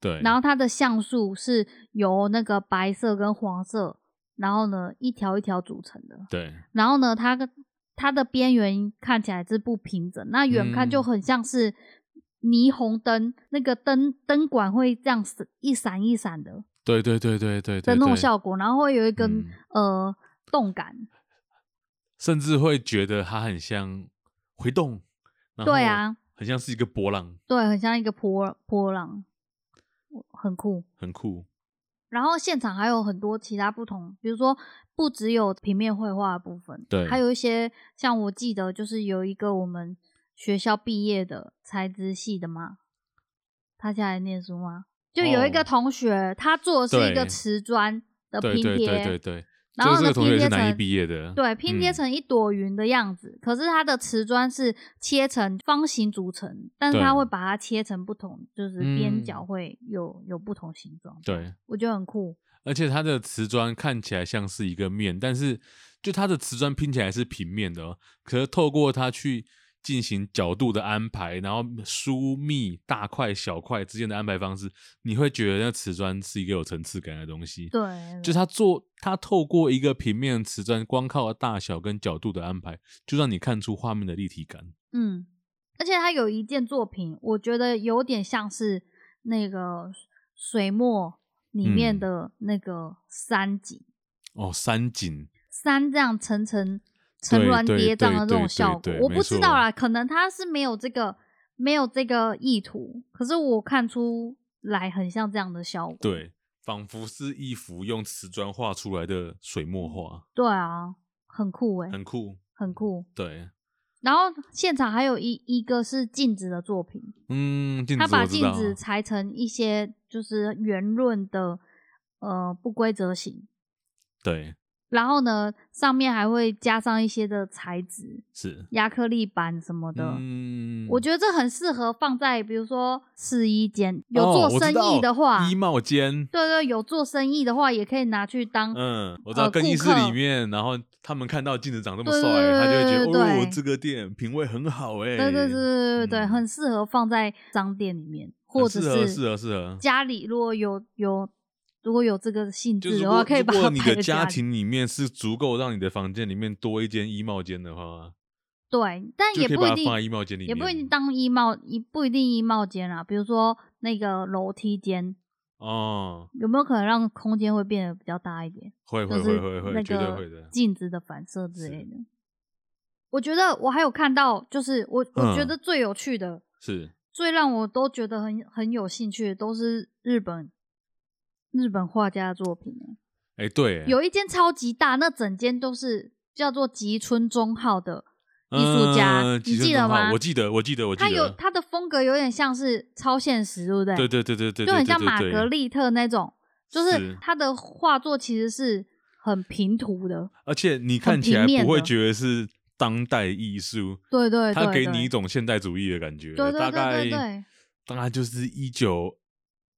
[SPEAKER 1] 对，
[SPEAKER 2] 然后它的像素是由那个白色跟黄色，然后呢一条一条组成的。
[SPEAKER 1] 对
[SPEAKER 2] 然后呢，它跟它的边缘看起来是不平整，那远看
[SPEAKER 1] 嗯
[SPEAKER 2] 就很像是霓虹灯，那个灯灯管会这样闪一闪一闪的
[SPEAKER 1] 对对对对对
[SPEAKER 2] 的
[SPEAKER 1] 对
[SPEAKER 2] 那种
[SPEAKER 1] 对
[SPEAKER 2] 效果，然后会有一根、
[SPEAKER 1] 嗯
[SPEAKER 2] 呃动感。
[SPEAKER 1] 甚至会觉得它很像回动，然后
[SPEAKER 2] 对啊，
[SPEAKER 1] 很像是一个波浪，
[SPEAKER 2] 对，很像一个波波浪，很酷。
[SPEAKER 1] 很酷。
[SPEAKER 2] 然后现场还有很多其他不同，比如说不只有平面绘画的部分，
[SPEAKER 1] 对
[SPEAKER 2] 还有一些像我记得就是有一个我们学校毕业的材质系的嘛，他现在念书吗？就有一
[SPEAKER 1] 哦
[SPEAKER 2] 个同学，他做的是一个
[SPEAKER 1] 对
[SPEAKER 2] 瓷砖的
[SPEAKER 1] 对
[SPEAKER 2] 拼
[SPEAKER 1] 对
[SPEAKER 2] 贴，
[SPEAKER 1] 对对对，
[SPEAKER 2] 然后
[SPEAKER 1] 这个
[SPEAKER 2] 呢
[SPEAKER 1] 同
[SPEAKER 2] 拼
[SPEAKER 1] 学
[SPEAKER 2] 贴
[SPEAKER 1] 是南一
[SPEAKER 2] 成
[SPEAKER 1] 毕业的，
[SPEAKER 2] 对，拼贴
[SPEAKER 1] 嗯
[SPEAKER 2] 成一朵云的样子，可是它的瓷砖是切成方形组成，但是它
[SPEAKER 1] 对
[SPEAKER 2] 会把它切成不同，就是边
[SPEAKER 1] 嗯
[SPEAKER 2] 角会有、有不同形状，
[SPEAKER 1] 对，
[SPEAKER 2] 我觉得很酷。
[SPEAKER 1] 而且它的瓷砖看起来像是一个面，但是就它的瓷砖拼起来是平面的、哦，可是透过它去进行角度的安排，然后疏密大块小块之间的安排方式，你会觉得那瓷砖是一个有层次感的东西。
[SPEAKER 2] 对，
[SPEAKER 1] 就它做，它透过一个平面瓷砖，光靠大小跟角度的安排，就让你看出画面的立体感。
[SPEAKER 2] 嗯，而且他有一件作品，我觉得有点像是那个水墨里面
[SPEAKER 1] 嗯
[SPEAKER 2] 的那个山景，
[SPEAKER 1] 哦，山景，
[SPEAKER 2] 山这样层层层
[SPEAKER 1] 对
[SPEAKER 2] 峦
[SPEAKER 1] 对
[SPEAKER 2] 叠嶂的
[SPEAKER 1] 对
[SPEAKER 2] 这种
[SPEAKER 1] 对
[SPEAKER 2] 效果
[SPEAKER 1] 对，
[SPEAKER 2] 我
[SPEAKER 1] 没
[SPEAKER 2] 不知道
[SPEAKER 1] 错
[SPEAKER 2] 啦，可能他是没有这个没有这个意图，可是我看出来很像这样的效果。
[SPEAKER 1] 对，仿佛是一幅用瓷砖画出来的水墨画，
[SPEAKER 2] 对啊，很酷哎、
[SPEAKER 1] 很酷。
[SPEAKER 2] 很酷。
[SPEAKER 1] 对，
[SPEAKER 2] 然后现场还有一一个是镜子的作品，
[SPEAKER 1] 嗯，镜子
[SPEAKER 2] 他把
[SPEAKER 1] 我知
[SPEAKER 2] 镜
[SPEAKER 1] 道
[SPEAKER 2] 子裁成一些就是圆润的呃不规则形，
[SPEAKER 1] 对，
[SPEAKER 2] 然后呢上面还会加上一些的材质，
[SPEAKER 1] 是
[SPEAKER 2] 亚克力板什么的。
[SPEAKER 1] 嗯
[SPEAKER 2] 我觉得这很适合放在比如说试衣间，有做生意的
[SPEAKER 1] 哦我知
[SPEAKER 2] 话，
[SPEAKER 1] 道衣帽间，
[SPEAKER 2] 对对，有做生意的话也可以拿去当。
[SPEAKER 1] 嗯，我知道
[SPEAKER 2] 呃
[SPEAKER 1] 更衣
[SPEAKER 2] 顾
[SPEAKER 1] 室
[SPEAKER 2] 客
[SPEAKER 1] 里面，然后他们看到镜子长这么
[SPEAKER 2] 对
[SPEAKER 1] 帅，
[SPEAKER 2] 对对
[SPEAKER 1] 他就会觉得
[SPEAKER 2] 对对
[SPEAKER 1] 哦，这个店品味很好哎、
[SPEAKER 2] 对对对对对对，
[SPEAKER 1] 嗯
[SPEAKER 2] 很适合放在商店里面，
[SPEAKER 1] 很
[SPEAKER 2] 或者
[SPEAKER 1] 适合
[SPEAKER 2] 是
[SPEAKER 1] 适合适合
[SPEAKER 2] 家里如果有有如果有这个性
[SPEAKER 1] 就是
[SPEAKER 2] 质
[SPEAKER 1] 如
[SPEAKER 2] 的
[SPEAKER 1] 果
[SPEAKER 2] 话，可以把
[SPEAKER 1] 如
[SPEAKER 2] 它
[SPEAKER 1] 果你
[SPEAKER 2] 摆
[SPEAKER 1] 的
[SPEAKER 2] 在
[SPEAKER 1] 家
[SPEAKER 2] 里。
[SPEAKER 1] 庭里面是足够让你的房间里面多一间衣帽间的话，
[SPEAKER 2] 对，但
[SPEAKER 1] 就
[SPEAKER 2] 也
[SPEAKER 1] 可以
[SPEAKER 2] 不
[SPEAKER 1] 把
[SPEAKER 2] 一
[SPEAKER 1] 它
[SPEAKER 2] 定
[SPEAKER 1] 放在衣帽间里面，
[SPEAKER 2] 也不一定当衣帽，一不一定衣帽间啦。比如说那个楼梯间，
[SPEAKER 1] 哦，
[SPEAKER 2] 有没有可能让空间会变得比较大一点？
[SPEAKER 1] 会
[SPEAKER 2] 就
[SPEAKER 1] 会
[SPEAKER 2] 是
[SPEAKER 1] 会会会，
[SPEAKER 2] 那
[SPEAKER 1] 绝对会
[SPEAKER 2] 个
[SPEAKER 1] 的，
[SPEAKER 2] 镜子的反射之
[SPEAKER 1] 是
[SPEAKER 2] 类的。我觉得我还有看到，就是我我觉
[SPEAKER 1] 嗯
[SPEAKER 2] 得最有趣的、
[SPEAKER 1] 是
[SPEAKER 2] 最让我都觉得很很有兴趣的，都是日本日本画家的作品欸、
[SPEAKER 1] 哎对，
[SPEAKER 2] 有一间超级大，那整间都是叫做吉村忠浩的艺术家，
[SPEAKER 1] 嗯
[SPEAKER 2] 你
[SPEAKER 1] 吉村
[SPEAKER 2] 记得
[SPEAKER 1] 忠浩
[SPEAKER 2] 吗？
[SPEAKER 1] 我记得我记得我记得，
[SPEAKER 2] 他有他的风格有点像是超现实，对不对？
[SPEAKER 1] 对对对对对，
[SPEAKER 2] 就很
[SPEAKER 1] 对
[SPEAKER 2] 像
[SPEAKER 1] 对
[SPEAKER 2] 玛
[SPEAKER 1] 对
[SPEAKER 2] 格丽特那种，就是
[SPEAKER 1] 是
[SPEAKER 2] 他的画作其实是很平涂的，
[SPEAKER 1] 而且你
[SPEAKER 2] 很
[SPEAKER 1] 看起
[SPEAKER 2] 平
[SPEAKER 1] 来
[SPEAKER 2] 面
[SPEAKER 1] 不会
[SPEAKER 2] 的
[SPEAKER 1] 觉得是当代艺术，
[SPEAKER 2] 对对对
[SPEAKER 1] 它给你
[SPEAKER 2] 对
[SPEAKER 1] 一种现代主义的感觉，
[SPEAKER 2] 对对
[SPEAKER 1] 大概
[SPEAKER 2] 对对对
[SPEAKER 1] 大概就是一九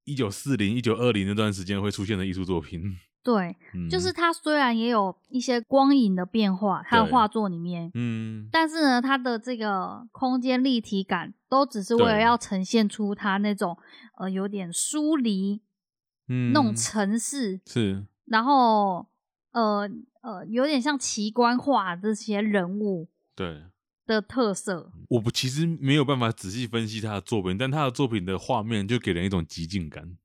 [SPEAKER 1] 一九四零一九二零那段时间会出现的艺术作品，
[SPEAKER 2] 对，
[SPEAKER 1] 嗯，
[SPEAKER 2] 就是他虽然也有一些光影的变化，他的
[SPEAKER 1] 对
[SPEAKER 2] 画作里面，
[SPEAKER 1] 嗯，
[SPEAKER 2] 但是呢，它的这个空间立体感都只是为了
[SPEAKER 1] 对
[SPEAKER 2] 要呈现出它那种呃有点疏离、
[SPEAKER 1] 嗯
[SPEAKER 2] 那种城市，
[SPEAKER 1] 是
[SPEAKER 2] 然后呃呃有点像奇观画这些人物
[SPEAKER 1] 对。
[SPEAKER 2] 的特色。
[SPEAKER 1] 我不其实没有办法仔细分析他的作品，但他的作品的画面就给人一种极尽感，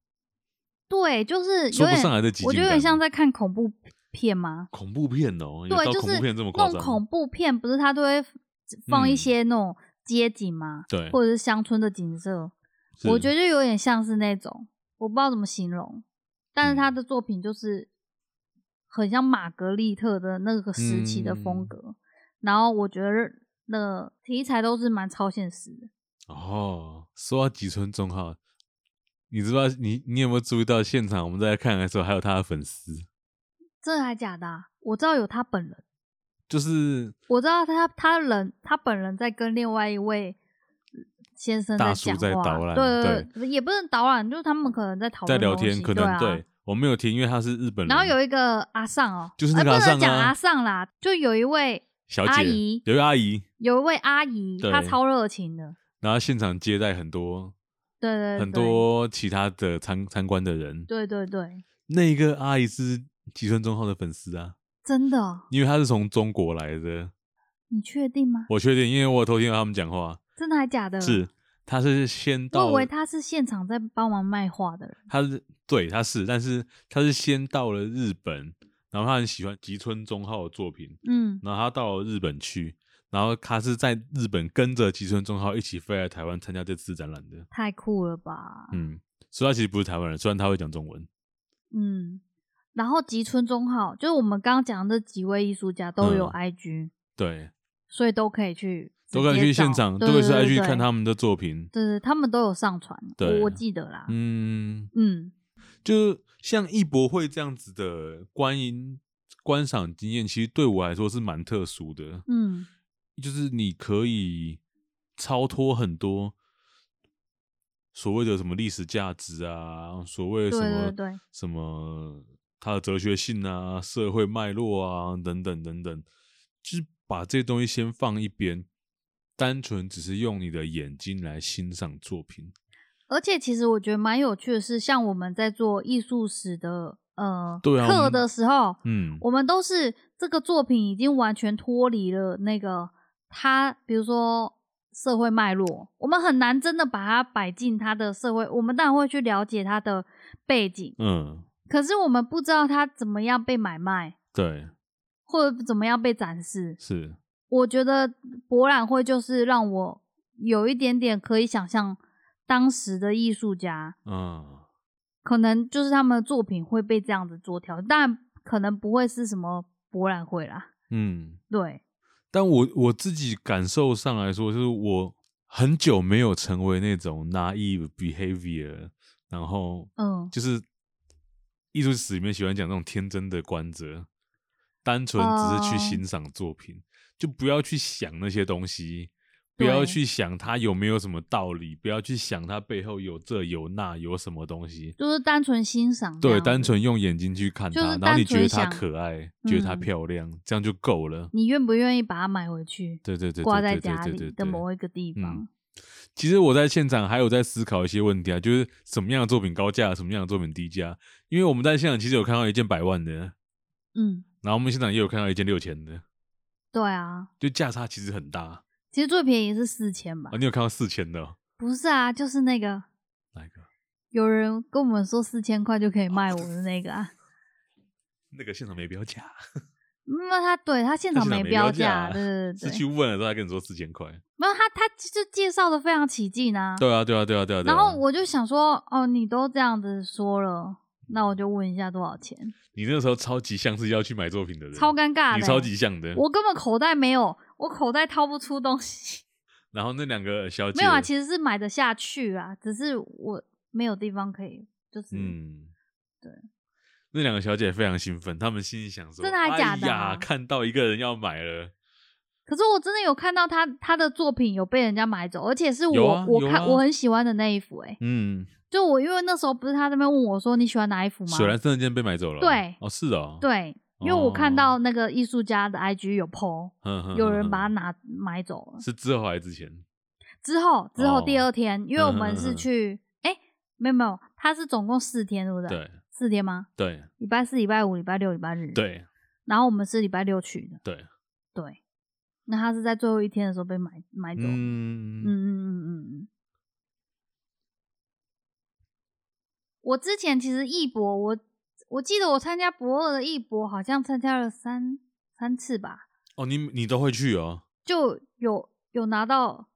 [SPEAKER 2] 对，就是有
[SPEAKER 1] 说不
[SPEAKER 2] 点
[SPEAKER 1] 上来的极尽感。
[SPEAKER 2] 我觉得有点像在看恐怖片吗？
[SPEAKER 1] 恐怖片哦，有
[SPEAKER 2] 对，
[SPEAKER 1] 到
[SPEAKER 2] 就
[SPEAKER 1] 恐
[SPEAKER 2] 是
[SPEAKER 1] 怖片这么
[SPEAKER 2] 那
[SPEAKER 1] 夸
[SPEAKER 2] 种
[SPEAKER 1] 张？
[SPEAKER 2] 恐怖片，不是它都会放一
[SPEAKER 1] 嗯
[SPEAKER 2] 些那种街景吗？
[SPEAKER 1] 对，
[SPEAKER 2] 或者是乡村的景色，我
[SPEAKER 1] 是
[SPEAKER 2] 觉得就有点像是那种，我不知道怎么形容，但是他
[SPEAKER 1] 嗯
[SPEAKER 2] 的作品就是很像玛格丽特的那个时期的风
[SPEAKER 1] 嗯
[SPEAKER 2] 格，然后我觉得那个题材都是蛮超现实的。
[SPEAKER 1] 哦，说到吉村忠浩，你知道你你有没有注意到现场我们在看的时候，还有他的粉丝，
[SPEAKER 2] 真的还假的、啊？我知道有他本人，
[SPEAKER 1] 就是
[SPEAKER 2] 我知道他他人他本人在跟另外一位先生
[SPEAKER 1] 大叔
[SPEAKER 2] 讲
[SPEAKER 1] 在
[SPEAKER 2] 话，
[SPEAKER 1] 导览
[SPEAKER 2] 对对对，也不是导览，就是他们可能在讨
[SPEAKER 1] 在
[SPEAKER 2] 论
[SPEAKER 1] 聊
[SPEAKER 2] 东
[SPEAKER 1] 天，
[SPEAKER 2] 西
[SPEAKER 1] 可能
[SPEAKER 2] 对啊
[SPEAKER 1] 我没有听，因为他是日本人。
[SPEAKER 2] 然后有一个阿尚哦，
[SPEAKER 1] 就是
[SPEAKER 2] 哎
[SPEAKER 1] 那个阿
[SPEAKER 2] 不能
[SPEAKER 1] 尚
[SPEAKER 2] 讲
[SPEAKER 1] 啊
[SPEAKER 2] 阿尚啦，就有一位
[SPEAKER 1] 小
[SPEAKER 2] 阿
[SPEAKER 1] 姐
[SPEAKER 2] 姨，
[SPEAKER 1] 有一个阿姨，
[SPEAKER 2] 有一位阿姨，
[SPEAKER 1] 对
[SPEAKER 2] 她超热情的，
[SPEAKER 1] 然后现场接待很多
[SPEAKER 2] 对对对，
[SPEAKER 1] 很，多其他的参参观的人。
[SPEAKER 2] 对对对，
[SPEAKER 1] 那一个阿姨是吉村忠浩的粉丝啊，
[SPEAKER 2] 真的哦，
[SPEAKER 1] 因为她是从中国来的，
[SPEAKER 2] 你确定吗？
[SPEAKER 1] 我确定，因为我有偷听到他们讲话，
[SPEAKER 2] 真的还假的？
[SPEAKER 1] 是，她是先
[SPEAKER 2] 我
[SPEAKER 1] 到
[SPEAKER 2] 以嗯为她是现场在帮忙卖画的人，
[SPEAKER 1] 他是对他是，但是他是先到了日本，然后他很喜欢吉村忠浩的作品，
[SPEAKER 2] 嗯，
[SPEAKER 1] 然后他到了日本去，然后他是在日本跟着吉村忠浩一起飞来台湾参加这次展览的。
[SPEAKER 2] 太酷了吧，
[SPEAKER 1] 嗯，所以他其实不是台湾人，虽然他会讲中文。
[SPEAKER 2] 嗯。然后吉村忠浩，就是我们刚刚讲的这几位艺术家都有
[SPEAKER 1] 嗯
[SPEAKER 2] IG，、
[SPEAKER 1] 对，
[SPEAKER 2] 所以都可以去直
[SPEAKER 1] 都
[SPEAKER 2] 接找，
[SPEAKER 1] 可以去现场，
[SPEAKER 2] 对
[SPEAKER 1] 都可以
[SPEAKER 2] 对
[SPEAKER 1] 是来
[SPEAKER 2] 对
[SPEAKER 1] 去
[SPEAKER 2] 对
[SPEAKER 1] 看他们的作品。
[SPEAKER 2] 对对，他们都有上传，
[SPEAKER 1] 对
[SPEAKER 2] 我我记得啦，
[SPEAKER 1] 嗯，
[SPEAKER 2] 嗯
[SPEAKER 1] 就像艺博会这样子的观影观赏经验，其实对我来说是蛮特殊的。
[SPEAKER 2] 嗯，
[SPEAKER 1] 就是你可以超脱很多所谓的什么历史价值啊，所谓什
[SPEAKER 2] 对
[SPEAKER 1] 么
[SPEAKER 2] 对对，
[SPEAKER 1] 什么它的哲学性啊、社会脉络啊等等等等，就是把这些东西先放一边，单纯只是用你的眼睛来欣赏作品。
[SPEAKER 2] 而且其实我觉得蛮有趣的是，像我们在做艺术史的呃
[SPEAKER 1] 对啊我
[SPEAKER 2] 课
[SPEAKER 1] 们
[SPEAKER 2] 的时候，
[SPEAKER 1] 嗯，
[SPEAKER 2] 我们都是这个作品已经完全脱离了那个它，比如说社会脉络，我们很难真的把它摆进它的社会。我们当然会去了解它的背景，
[SPEAKER 1] 嗯，
[SPEAKER 2] 可是我们不知道它怎么样被买卖，
[SPEAKER 1] 对，
[SPEAKER 2] 或者怎么样被展示。
[SPEAKER 1] 是，
[SPEAKER 2] 我觉得博览会就是让我有一点点可以想象当时的艺术家，
[SPEAKER 1] 嗯，
[SPEAKER 2] 可能就是他们的作品会被这样子做调，但可能不会是什么博览会啦，
[SPEAKER 1] 嗯。
[SPEAKER 2] 对。
[SPEAKER 1] 但我我自己感受上来说，就是我很久没有成为那种 naive behavior，然后
[SPEAKER 2] 嗯，
[SPEAKER 1] 就是艺术史里面喜欢讲那种天真的观者，单纯只是去
[SPEAKER 2] 哦
[SPEAKER 1] 欣赏作品，就不要去想那些东西，不要
[SPEAKER 2] 对
[SPEAKER 1] 去想它有没有什么道理，不要去想它背后有这有那有什么东西。
[SPEAKER 2] 就是单纯欣赏这样
[SPEAKER 1] 对，
[SPEAKER 2] 子，
[SPEAKER 1] 单纯用眼睛去看它，
[SPEAKER 2] 就是
[SPEAKER 1] 然后你
[SPEAKER 2] 单纯
[SPEAKER 1] 觉得它
[SPEAKER 2] 想
[SPEAKER 1] 可爱，觉得它
[SPEAKER 2] 嗯
[SPEAKER 1] 漂亮，这样就够了。
[SPEAKER 2] 你愿不愿意把它买回去，
[SPEAKER 1] 对对对，对
[SPEAKER 2] 挂在
[SPEAKER 1] 对对
[SPEAKER 2] 家
[SPEAKER 1] 对
[SPEAKER 2] 里
[SPEAKER 1] 对嗯
[SPEAKER 2] 的
[SPEAKER 1] 对
[SPEAKER 2] 某一个地方？
[SPEAKER 1] 其实我在现场还有在思考一些问题啊，就是什么样的作品高价，什么样的作品低价。因为我们在现场其实有看到一件百万的，
[SPEAKER 2] 嗯
[SPEAKER 1] 然后我们现场也有看到一件六千的，
[SPEAKER 2] 对啊，
[SPEAKER 1] 就价差其实很大啊。
[SPEAKER 2] 其实最便宜是四千吧？
[SPEAKER 1] 你有看到四千的哦、
[SPEAKER 2] 不是啊，就是那个
[SPEAKER 1] 哪一个？
[SPEAKER 2] 有人跟我们说四千块就可以卖我的那个啊，
[SPEAKER 1] 那个现场没标 价，
[SPEAKER 2] 嗯那、他对他现
[SPEAKER 1] 他
[SPEAKER 2] 场
[SPEAKER 1] 现场没
[SPEAKER 2] 标
[SPEAKER 1] 标价
[SPEAKER 2] 对对
[SPEAKER 1] 是
[SPEAKER 2] 对
[SPEAKER 1] 去
[SPEAKER 2] 对，
[SPEAKER 1] 问了之后他跟你说四千块。
[SPEAKER 2] 没有他他就介绍的非常起劲啊。
[SPEAKER 1] 对啊，对啊，对啊，对啊。对啊
[SPEAKER 2] 然后我就想说，哦，你都这样子说了，那我就问一下多少钱，
[SPEAKER 1] 你那时候超级像是要去买作品的人，
[SPEAKER 2] 超尴尬的欸、
[SPEAKER 1] 你超级像的。
[SPEAKER 2] 我根本口袋没有，我口袋掏不出东西。
[SPEAKER 1] 然后那两个小姐
[SPEAKER 2] 没有啊，其实是买得下去啊，只是我没有地方可以，就是、
[SPEAKER 1] 嗯，
[SPEAKER 2] 对。
[SPEAKER 1] 那两个小姐非常兴奋，她们心里想说：“
[SPEAKER 2] 真的还假的
[SPEAKER 1] 哎
[SPEAKER 2] 啊
[SPEAKER 1] 呀，看到一个人要买了，
[SPEAKER 2] 可是我真的有看到他他的作品有被人家买走，而且是
[SPEAKER 1] 有
[SPEAKER 2] 我、
[SPEAKER 1] 啊
[SPEAKER 2] 我
[SPEAKER 1] 有
[SPEAKER 2] 看、
[SPEAKER 1] 啊
[SPEAKER 2] 我很喜欢的那一幅、欸，
[SPEAKER 1] 嗯，
[SPEAKER 2] 就我因为那时候不是他那边问我说你喜欢哪一幅吗
[SPEAKER 1] 水？蓝圣剑被买走了。”
[SPEAKER 2] 对
[SPEAKER 1] 哦，是哦，，
[SPEAKER 2] 对，因为我看
[SPEAKER 1] 哦
[SPEAKER 2] 到那个艺术家的 IG 有 PO，、
[SPEAKER 1] 哼哼
[SPEAKER 2] 有人把它
[SPEAKER 1] 哼
[SPEAKER 2] 拿买走了
[SPEAKER 1] 哼。是之后还是之前？
[SPEAKER 2] 之后之后第
[SPEAKER 1] 哦
[SPEAKER 2] 二天，因为我们
[SPEAKER 1] 嗯嗯嗯
[SPEAKER 2] 是
[SPEAKER 1] 嗯
[SPEAKER 2] 去哎、欸没有没有，他是总共四天，对不对？
[SPEAKER 1] 对
[SPEAKER 2] 四天吗？
[SPEAKER 1] 对
[SPEAKER 2] 礼拜四、礼拜五、礼拜六、礼拜日。。
[SPEAKER 1] 对
[SPEAKER 2] 然后我们是礼拜六去的。
[SPEAKER 1] 对，
[SPEAKER 2] 对，那他是在最后一天的时候被买买走。嗯嗯
[SPEAKER 1] 嗯
[SPEAKER 2] 嗯嗯嗯。我之前其实艺博，我我记得我参加博二的艺博，好像参加了三三次吧，
[SPEAKER 1] 哦，你你都会去哦，
[SPEAKER 2] 就有有拿到，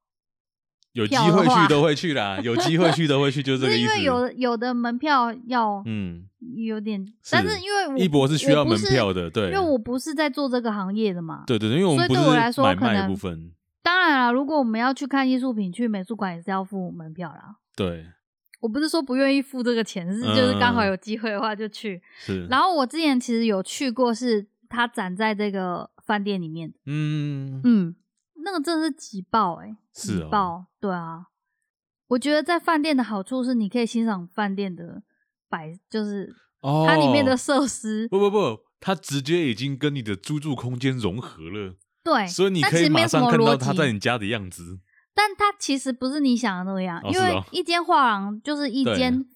[SPEAKER 1] 有机
[SPEAKER 2] 票的
[SPEAKER 1] 会
[SPEAKER 2] 话
[SPEAKER 1] 去都会去啦，有机会去都 会去，就是
[SPEAKER 2] 不
[SPEAKER 1] 这个
[SPEAKER 2] 是
[SPEAKER 1] 意
[SPEAKER 2] 因
[SPEAKER 1] 思。
[SPEAKER 2] 为有有的门票要
[SPEAKER 1] 嗯，
[SPEAKER 2] 有点，但是因为我
[SPEAKER 1] 艺博是需要
[SPEAKER 2] 我不
[SPEAKER 1] 门
[SPEAKER 2] 是
[SPEAKER 1] 票的，对，
[SPEAKER 2] 因为我不是在做这个行业的嘛。
[SPEAKER 1] 对对对，因为我
[SPEAKER 2] 所
[SPEAKER 1] 们
[SPEAKER 2] 以
[SPEAKER 1] 不
[SPEAKER 2] 对我来
[SPEAKER 1] 是
[SPEAKER 2] 说
[SPEAKER 1] 买
[SPEAKER 2] 可
[SPEAKER 1] 卖的
[SPEAKER 2] 能
[SPEAKER 1] 部分，
[SPEAKER 2] 当然啦，如果我们要去看艺术品，去美术馆也是要付门票啦。
[SPEAKER 1] 对，
[SPEAKER 2] 我不是说不愿意付这个钱，
[SPEAKER 1] 嗯
[SPEAKER 2] 是就是刚好有机会的话就去。
[SPEAKER 1] 是。
[SPEAKER 2] 然后我之前其实有去过，是它展在这个饭店里面的，
[SPEAKER 1] 嗯，
[SPEAKER 2] 嗯，那个真的是挤爆哎、欸，
[SPEAKER 1] 是
[SPEAKER 2] 挤
[SPEAKER 1] 哦
[SPEAKER 2] 爆，对啊。我觉得在饭店的好处是，你可以欣赏饭店的摆，就是
[SPEAKER 1] 哦，
[SPEAKER 2] 它里面的设施，
[SPEAKER 1] 不不不，它直接已经跟你的居住空间融合了，
[SPEAKER 2] 对，
[SPEAKER 1] 所以你
[SPEAKER 2] 哎但
[SPEAKER 1] 可
[SPEAKER 2] 其
[SPEAKER 1] 以
[SPEAKER 2] 实没
[SPEAKER 1] 马
[SPEAKER 2] 有什
[SPEAKER 1] 上
[SPEAKER 2] 么
[SPEAKER 1] 看到
[SPEAKER 2] 逻
[SPEAKER 1] 它
[SPEAKER 2] 辑，
[SPEAKER 1] 在你家的样子。
[SPEAKER 2] 但它其实不是你想的那样，
[SPEAKER 1] 哦
[SPEAKER 2] 因
[SPEAKER 1] 是
[SPEAKER 2] 为
[SPEAKER 1] 哦
[SPEAKER 2] 一间画廊就是一
[SPEAKER 1] 对
[SPEAKER 2] 间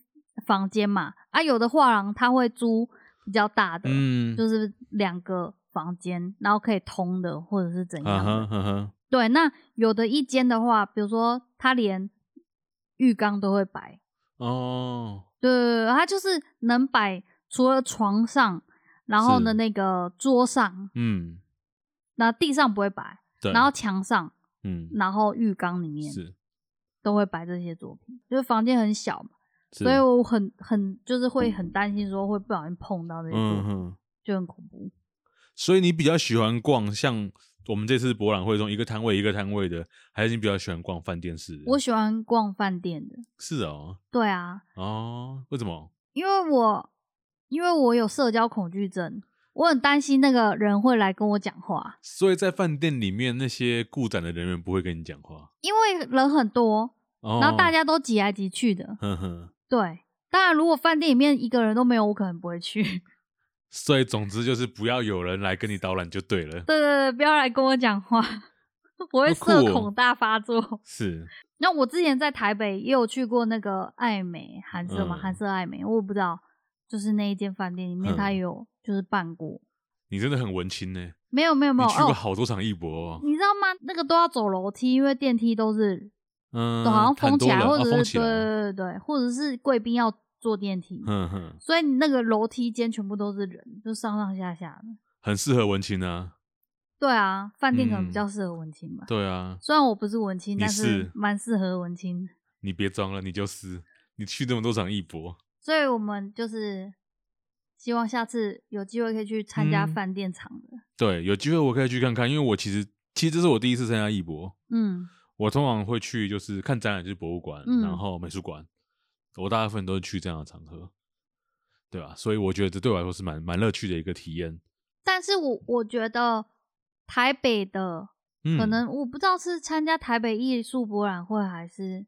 [SPEAKER 2] 房间嘛，啊，有的画廊它会租比较大的，
[SPEAKER 1] 嗯，
[SPEAKER 2] 就是两个房间，然后可以通的或者是怎
[SPEAKER 1] 啊
[SPEAKER 2] 样
[SPEAKER 1] 哈
[SPEAKER 2] 的。
[SPEAKER 1] 哈哈，
[SPEAKER 2] 对，那有的一间的话，比如说它连浴缸都会摆，
[SPEAKER 1] 哦，
[SPEAKER 2] 对对对，它就是能摆除了床上，然后呢
[SPEAKER 1] 是
[SPEAKER 2] 那个桌上，
[SPEAKER 1] 嗯，
[SPEAKER 2] 那地上不会摆，
[SPEAKER 1] 对，
[SPEAKER 2] 然后墙上，
[SPEAKER 1] 嗯
[SPEAKER 2] 然后浴缸里面
[SPEAKER 1] 是，
[SPEAKER 2] 都会摆这些作品，就是房间很小嘛，
[SPEAKER 1] 所
[SPEAKER 2] 所以我很很就是会很担心说会不小心碰到这些作
[SPEAKER 1] 嗯
[SPEAKER 2] 品，
[SPEAKER 1] 哼，
[SPEAKER 2] 就很恐怖。
[SPEAKER 1] 所以你比较喜欢逛像我们这次博览会中一个摊位一个摊位的，还是你比较喜欢逛饭店式的？
[SPEAKER 2] 我喜欢逛饭店的，
[SPEAKER 1] 是哦，
[SPEAKER 2] 对啊，
[SPEAKER 1] 哦，为什么？
[SPEAKER 2] 因为我因为我有社交恐惧症，我很担心那个人会来跟我讲话，
[SPEAKER 1] 所以在饭店里面那些顾展的人员不会跟你讲话，
[SPEAKER 2] 因为人很多，
[SPEAKER 1] 哦，
[SPEAKER 2] 然后大，家都挤来挤去的。
[SPEAKER 1] 哼哼。
[SPEAKER 2] 对，当然如果饭店里面一个人都没有，我可能不会去。
[SPEAKER 1] 所以总之就是不要有人来跟你导览就对了。
[SPEAKER 2] 对对对，不要来跟我讲话。 我会
[SPEAKER 1] 好酷
[SPEAKER 2] 社
[SPEAKER 1] 哦
[SPEAKER 2] 恐大发作。
[SPEAKER 1] 是
[SPEAKER 2] 那我之前在台北也有去过那个爱美韩舍嘛，
[SPEAKER 1] 嗯
[SPEAKER 2] 韩舍爱美，我不知道，就是那一间饭店里面，
[SPEAKER 1] 嗯
[SPEAKER 2] 它也有就是办过，
[SPEAKER 1] 你真的很文青呢、
[SPEAKER 2] 没有没有没
[SPEAKER 1] 你
[SPEAKER 2] 有
[SPEAKER 1] 去过
[SPEAKER 2] 哦，
[SPEAKER 1] 好多场艺博、哦，
[SPEAKER 2] 你知道吗？那个都要走楼梯，因为电梯都是
[SPEAKER 1] 嗯，
[SPEAKER 2] 都好像
[SPEAKER 1] 很
[SPEAKER 2] 封
[SPEAKER 1] 多
[SPEAKER 2] 起来，
[SPEAKER 1] 人
[SPEAKER 2] 或
[SPEAKER 1] 啊封
[SPEAKER 2] 者是
[SPEAKER 1] 起
[SPEAKER 2] 对
[SPEAKER 1] 来了，
[SPEAKER 2] 对对对，或者是贵宾要坐电梯，
[SPEAKER 1] 嗯哼，
[SPEAKER 2] 所以那个楼梯间全部都是人，就上上下下的。
[SPEAKER 1] 很适合文青啊，
[SPEAKER 2] 对啊，饭店可能
[SPEAKER 1] 嗯
[SPEAKER 2] 比较适合文青吧。
[SPEAKER 1] 对啊，
[SPEAKER 2] 虽然我不是文青，
[SPEAKER 1] 你
[SPEAKER 2] 但
[SPEAKER 1] 是
[SPEAKER 2] 蛮适合文青的。
[SPEAKER 1] 你别装了，你就是你去这么多场艺博，
[SPEAKER 2] 所以我们就是希望下次有机会可以去参加
[SPEAKER 1] 嗯
[SPEAKER 2] 饭店场的。
[SPEAKER 1] 对，有机会我可以去看看，因为我其实其实这是我第一次参加艺博，
[SPEAKER 2] 嗯
[SPEAKER 1] 我通常会去就是看展览，就是博物馆，
[SPEAKER 2] 嗯
[SPEAKER 1] 然后美术馆，我大部分都是去这样的场合，对吧、所以我觉得这对我来说是蛮蛮乐趣的一个体验。
[SPEAKER 2] 但是我我觉得台北的
[SPEAKER 1] 嗯，
[SPEAKER 2] 可能我不知道是参加台北艺术博览会还是。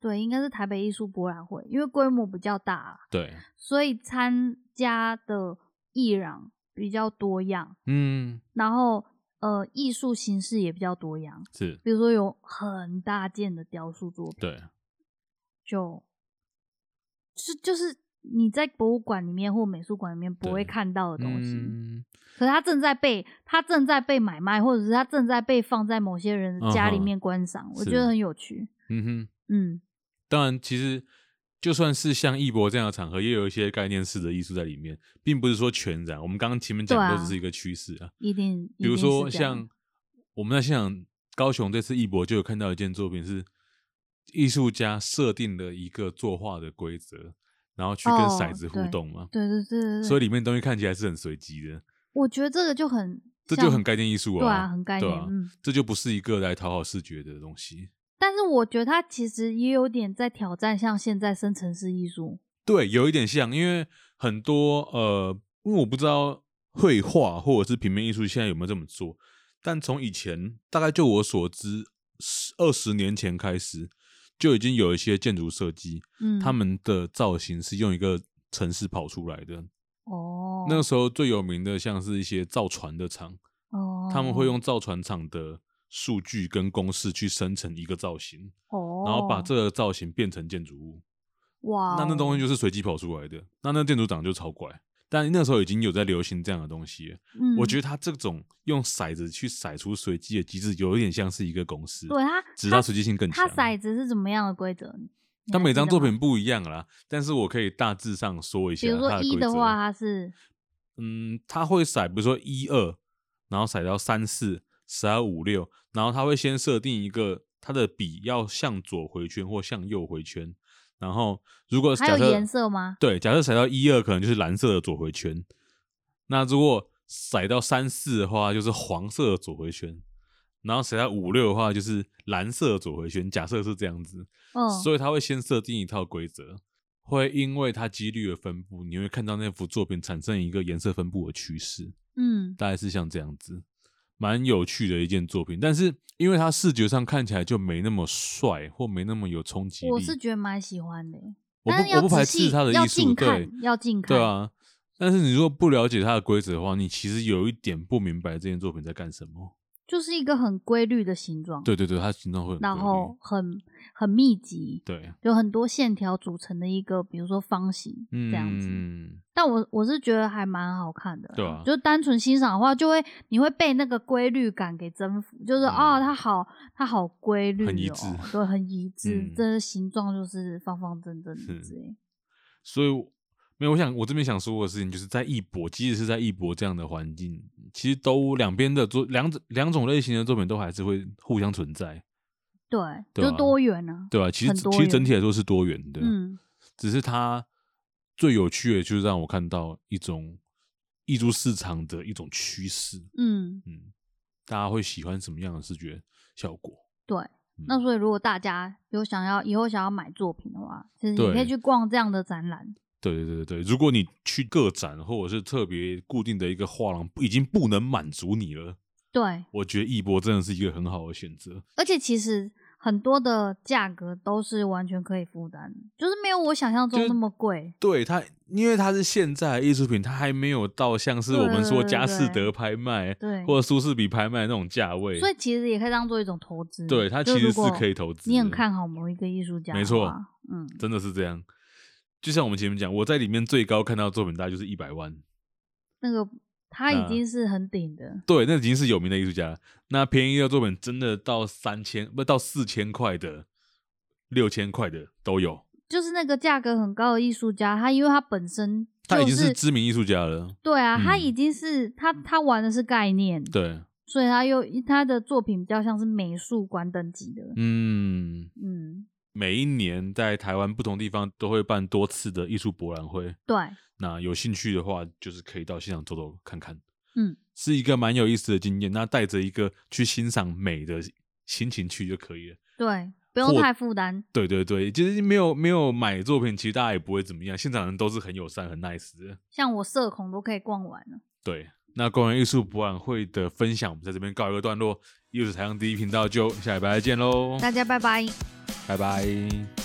[SPEAKER 2] 对，应该是台北艺术博览会，因为规模比较大啊、
[SPEAKER 1] 对，
[SPEAKER 2] 所以参加的艺人比较多样，
[SPEAKER 1] 嗯，
[SPEAKER 2] 然后呃，艺术形式也比较多样，
[SPEAKER 1] 是
[SPEAKER 2] 比如说有很大件的雕塑作品，
[SPEAKER 1] 对，
[SPEAKER 2] 就就是就是你在博物馆里面或美术馆里面不会
[SPEAKER 1] 对
[SPEAKER 2] 看到的东西，
[SPEAKER 1] 嗯，
[SPEAKER 2] 可是它正在被它正在被买卖，或者是它正在被放在某些人的家里面观赏，我
[SPEAKER 1] 嗯是
[SPEAKER 2] 觉得很有趣。
[SPEAKER 1] 嗯哼。
[SPEAKER 2] 嗯，
[SPEAKER 1] 当然，其实就算是像艺博这样的场合，也有一些概念式的艺术在里面，并不是说全然。我们刚刚前面讲
[SPEAKER 2] 对
[SPEAKER 1] 的
[SPEAKER 2] 啊
[SPEAKER 1] 都只是一个趋势啊，
[SPEAKER 2] 一定，
[SPEAKER 1] 比如
[SPEAKER 2] 一定是
[SPEAKER 1] 说
[SPEAKER 2] 这样
[SPEAKER 1] 像我们在现场高雄这次艺博就有看到一件作品是艺术家设定了一个作画的规则，然后去跟
[SPEAKER 2] 哦
[SPEAKER 1] 骰子互
[SPEAKER 2] 对嗯
[SPEAKER 1] 动嘛，
[SPEAKER 2] 对对对对，
[SPEAKER 1] 所以
[SPEAKER 2] 以
[SPEAKER 1] 里面东西看起来是很随机的，
[SPEAKER 2] 我觉得这个就很
[SPEAKER 1] 这
[SPEAKER 2] 像
[SPEAKER 1] 就很概念艺术
[SPEAKER 2] 对
[SPEAKER 1] 啊，
[SPEAKER 2] 啊，很概
[SPEAKER 1] 对
[SPEAKER 2] 念，
[SPEAKER 1] 啊
[SPEAKER 2] 嗯。
[SPEAKER 1] 这就不是一个来讨好视觉的东西。
[SPEAKER 2] 但是我觉得它其实也有点在挑战，像现在生成式艺术，
[SPEAKER 1] 对，有一点像，因为很多呃，因为我不知道绘画或者是平面艺术现在有没有这么做，但从以前大概就我所知，二十年前开始就已经有一些建筑设计，
[SPEAKER 2] 嗯，
[SPEAKER 1] 他们的造型是用一个城市跑出来的。
[SPEAKER 2] 哦，
[SPEAKER 1] 那个时候最有名的像是一些造船的厂，
[SPEAKER 2] 哦，
[SPEAKER 1] 他们会用造船厂的数据跟公式去生成一个造型，
[SPEAKER 2] 哦，
[SPEAKER 1] 然后把这个造型变成建筑物。
[SPEAKER 2] 哇哦，
[SPEAKER 1] 那那东西就是随机跑出来的，那那建筑长就超怪。但那时候已经有在流行这样的东西了，
[SPEAKER 2] 嗯，
[SPEAKER 1] 我觉得它这种用骰子去骰出随机的机制，有一点像是一个公式，
[SPEAKER 2] 对它
[SPEAKER 1] 只是它随机性更
[SPEAKER 2] 它
[SPEAKER 1] 强。
[SPEAKER 2] 骰子是怎么样的规则？你
[SPEAKER 1] 它
[SPEAKER 2] 还
[SPEAKER 1] 每
[SPEAKER 2] 记
[SPEAKER 1] 张
[SPEAKER 2] 得
[SPEAKER 1] 作
[SPEAKER 2] 吗，
[SPEAKER 1] 品不一样啦，但是我可以大致上说一下
[SPEAKER 2] 比如
[SPEAKER 1] 它
[SPEAKER 2] 说
[SPEAKER 1] 的
[SPEAKER 2] 一
[SPEAKER 1] 规则
[SPEAKER 2] 的话，，它是
[SPEAKER 1] 嗯，它会骰，比如说一二，然后骰到三四、十二、五六，然后它会先设定一个它的笔要向左回圈或向右回圈，然后如果
[SPEAKER 2] 还有
[SPEAKER 1] 呃假设
[SPEAKER 2] 颜色吗
[SPEAKER 1] 对，假设甩到一二，可能就是蓝色的左回圈。那如果甩到三四的话，就是黄色的左回圈。然后甩到五六的话，就是蓝色的左回圈。假设是这样子，
[SPEAKER 2] 嗯，
[SPEAKER 1] 所以他会先设定一套规则，会因为它几率的分布，你会看到那幅作品产生一个颜色分布的趋势，
[SPEAKER 2] 嗯
[SPEAKER 1] 大概是像这样子，蛮有趣的一件作品。但是因为它视觉上看起来就没那么帅，或没那么有冲击力，
[SPEAKER 2] 我是觉得蛮喜欢的耶，
[SPEAKER 1] 我
[SPEAKER 2] 但是
[SPEAKER 1] 不
[SPEAKER 2] 要
[SPEAKER 1] 我不排
[SPEAKER 2] 仔细
[SPEAKER 1] 斥它的
[SPEAKER 2] 要
[SPEAKER 1] 艺术，
[SPEAKER 2] 近
[SPEAKER 1] 对
[SPEAKER 2] 看，要近看
[SPEAKER 1] 对啊。但是你如果不了解它的规则的话，你其实有一点不明白这件作品在干什么。
[SPEAKER 2] 就是一个很规律的形状，，
[SPEAKER 1] 对对对，它形状会很
[SPEAKER 2] 然
[SPEAKER 1] 规律
[SPEAKER 2] 后很很密集，
[SPEAKER 1] 对，
[SPEAKER 2] 有很多线条组成的一个，比如说方形
[SPEAKER 1] 嗯，
[SPEAKER 2] 这样子。但我我是觉得还蛮好看的啦，
[SPEAKER 1] 对啊
[SPEAKER 2] 就单纯欣赏的话，就会你会被那个规律感给征服，就是、
[SPEAKER 1] 嗯
[SPEAKER 2] 哦，它好，它好规律、哦，
[SPEAKER 1] 很一致
[SPEAKER 2] 对，很一致，
[SPEAKER 1] 嗯
[SPEAKER 2] 这形状就是方方正正的
[SPEAKER 1] 是
[SPEAKER 2] 之类。
[SPEAKER 1] 所以我没有，我想我这边想说的事情，就是在艺博，即使是在艺博这样的环境，其实都两边的作两两种类型的作品都还是会互相存在，
[SPEAKER 2] 对，
[SPEAKER 1] 对啊
[SPEAKER 2] 就多元啊，
[SPEAKER 1] 对吧、其实
[SPEAKER 2] 很多
[SPEAKER 1] 其实整
[SPEAKER 2] 元
[SPEAKER 1] 体来说是多元的，
[SPEAKER 2] 嗯，
[SPEAKER 1] 只是它最有趣的就是让我看到一种艺术市场的一种趋势。
[SPEAKER 2] 嗯，
[SPEAKER 1] 嗯，大家会喜欢什么样的视觉效果？
[SPEAKER 2] 对。
[SPEAKER 1] 嗯
[SPEAKER 2] 那所以如果大家有想要以后想要买作品的话，其实你
[SPEAKER 1] 对
[SPEAKER 2] 可以去逛这样的展览。
[SPEAKER 1] 对对对对对，如果你去个展或者是特别固定的一个画廊，已经不能满足你了，
[SPEAKER 2] 对，
[SPEAKER 1] 我觉得艺博真的是一个很好的选择。
[SPEAKER 2] 而且其实很多的价格都是完全可以负担的，就是没有我想象中
[SPEAKER 1] 就
[SPEAKER 2] 那么贵。
[SPEAKER 1] 对它，因为它是现在的艺术品，它还没有到像是我们说
[SPEAKER 2] 对对对
[SPEAKER 1] 佳士得拍卖
[SPEAKER 2] 对，
[SPEAKER 1] 或者苏士比拍卖那种价位。
[SPEAKER 2] 所以其实也可以当做一种投资。
[SPEAKER 1] 对它
[SPEAKER 2] 就
[SPEAKER 1] 其实
[SPEAKER 2] 如
[SPEAKER 1] 是
[SPEAKER 2] 果
[SPEAKER 1] 可以投资
[SPEAKER 2] 你很
[SPEAKER 1] 的
[SPEAKER 2] 看好某一个艺术家的话，
[SPEAKER 1] 没错
[SPEAKER 2] 嗯，
[SPEAKER 1] 真的是这样。就像我们前面讲，我在里面最高看到的作品大概就是一百万，
[SPEAKER 2] 那个他
[SPEAKER 1] 那
[SPEAKER 2] 已经是很顶的，
[SPEAKER 1] 对，那已经是有名的艺术家了。那便宜的作品真的到三千不到四千块的、六千块的都有，
[SPEAKER 2] 就是那个价格很高的艺术家，他因为他本身
[SPEAKER 1] 他已
[SPEAKER 2] 就
[SPEAKER 1] 经是知名艺术家了。
[SPEAKER 2] 对啊，他
[SPEAKER 1] 嗯
[SPEAKER 2] 已经是他他玩的是概念，
[SPEAKER 1] 对，
[SPEAKER 2] 所以他又他的作品比较像是美术馆等级的，
[SPEAKER 1] 嗯，
[SPEAKER 2] 嗯，
[SPEAKER 1] 每一年在台湾不同地方都会办多次的艺术博览会。
[SPEAKER 2] 对，
[SPEAKER 1] 那有兴趣的话，就是可以到现场走走看看，
[SPEAKER 2] 嗯，
[SPEAKER 1] 是一个蛮有意思的经验。那带着一个去欣赏美的心情去就可以了。
[SPEAKER 2] 对，不用
[SPEAKER 1] 或
[SPEAKER 2] 太负担，
[SPEAKER 1] 对对对，其实没有没有买作品，其实大家也不会怎么样，现场人都是很友善、很 nice 的。
[SPEAKER 2] 像我社恐都可以逛完了。
[SPEAKER 1] 对，那关于艺术博览会的分享，我们在这边告一个段落。艺术台上第一频道就下礼拜再见喽，
[SPEAKER 2] 大家拜拜。
[SPEAKER 1] 拜拜。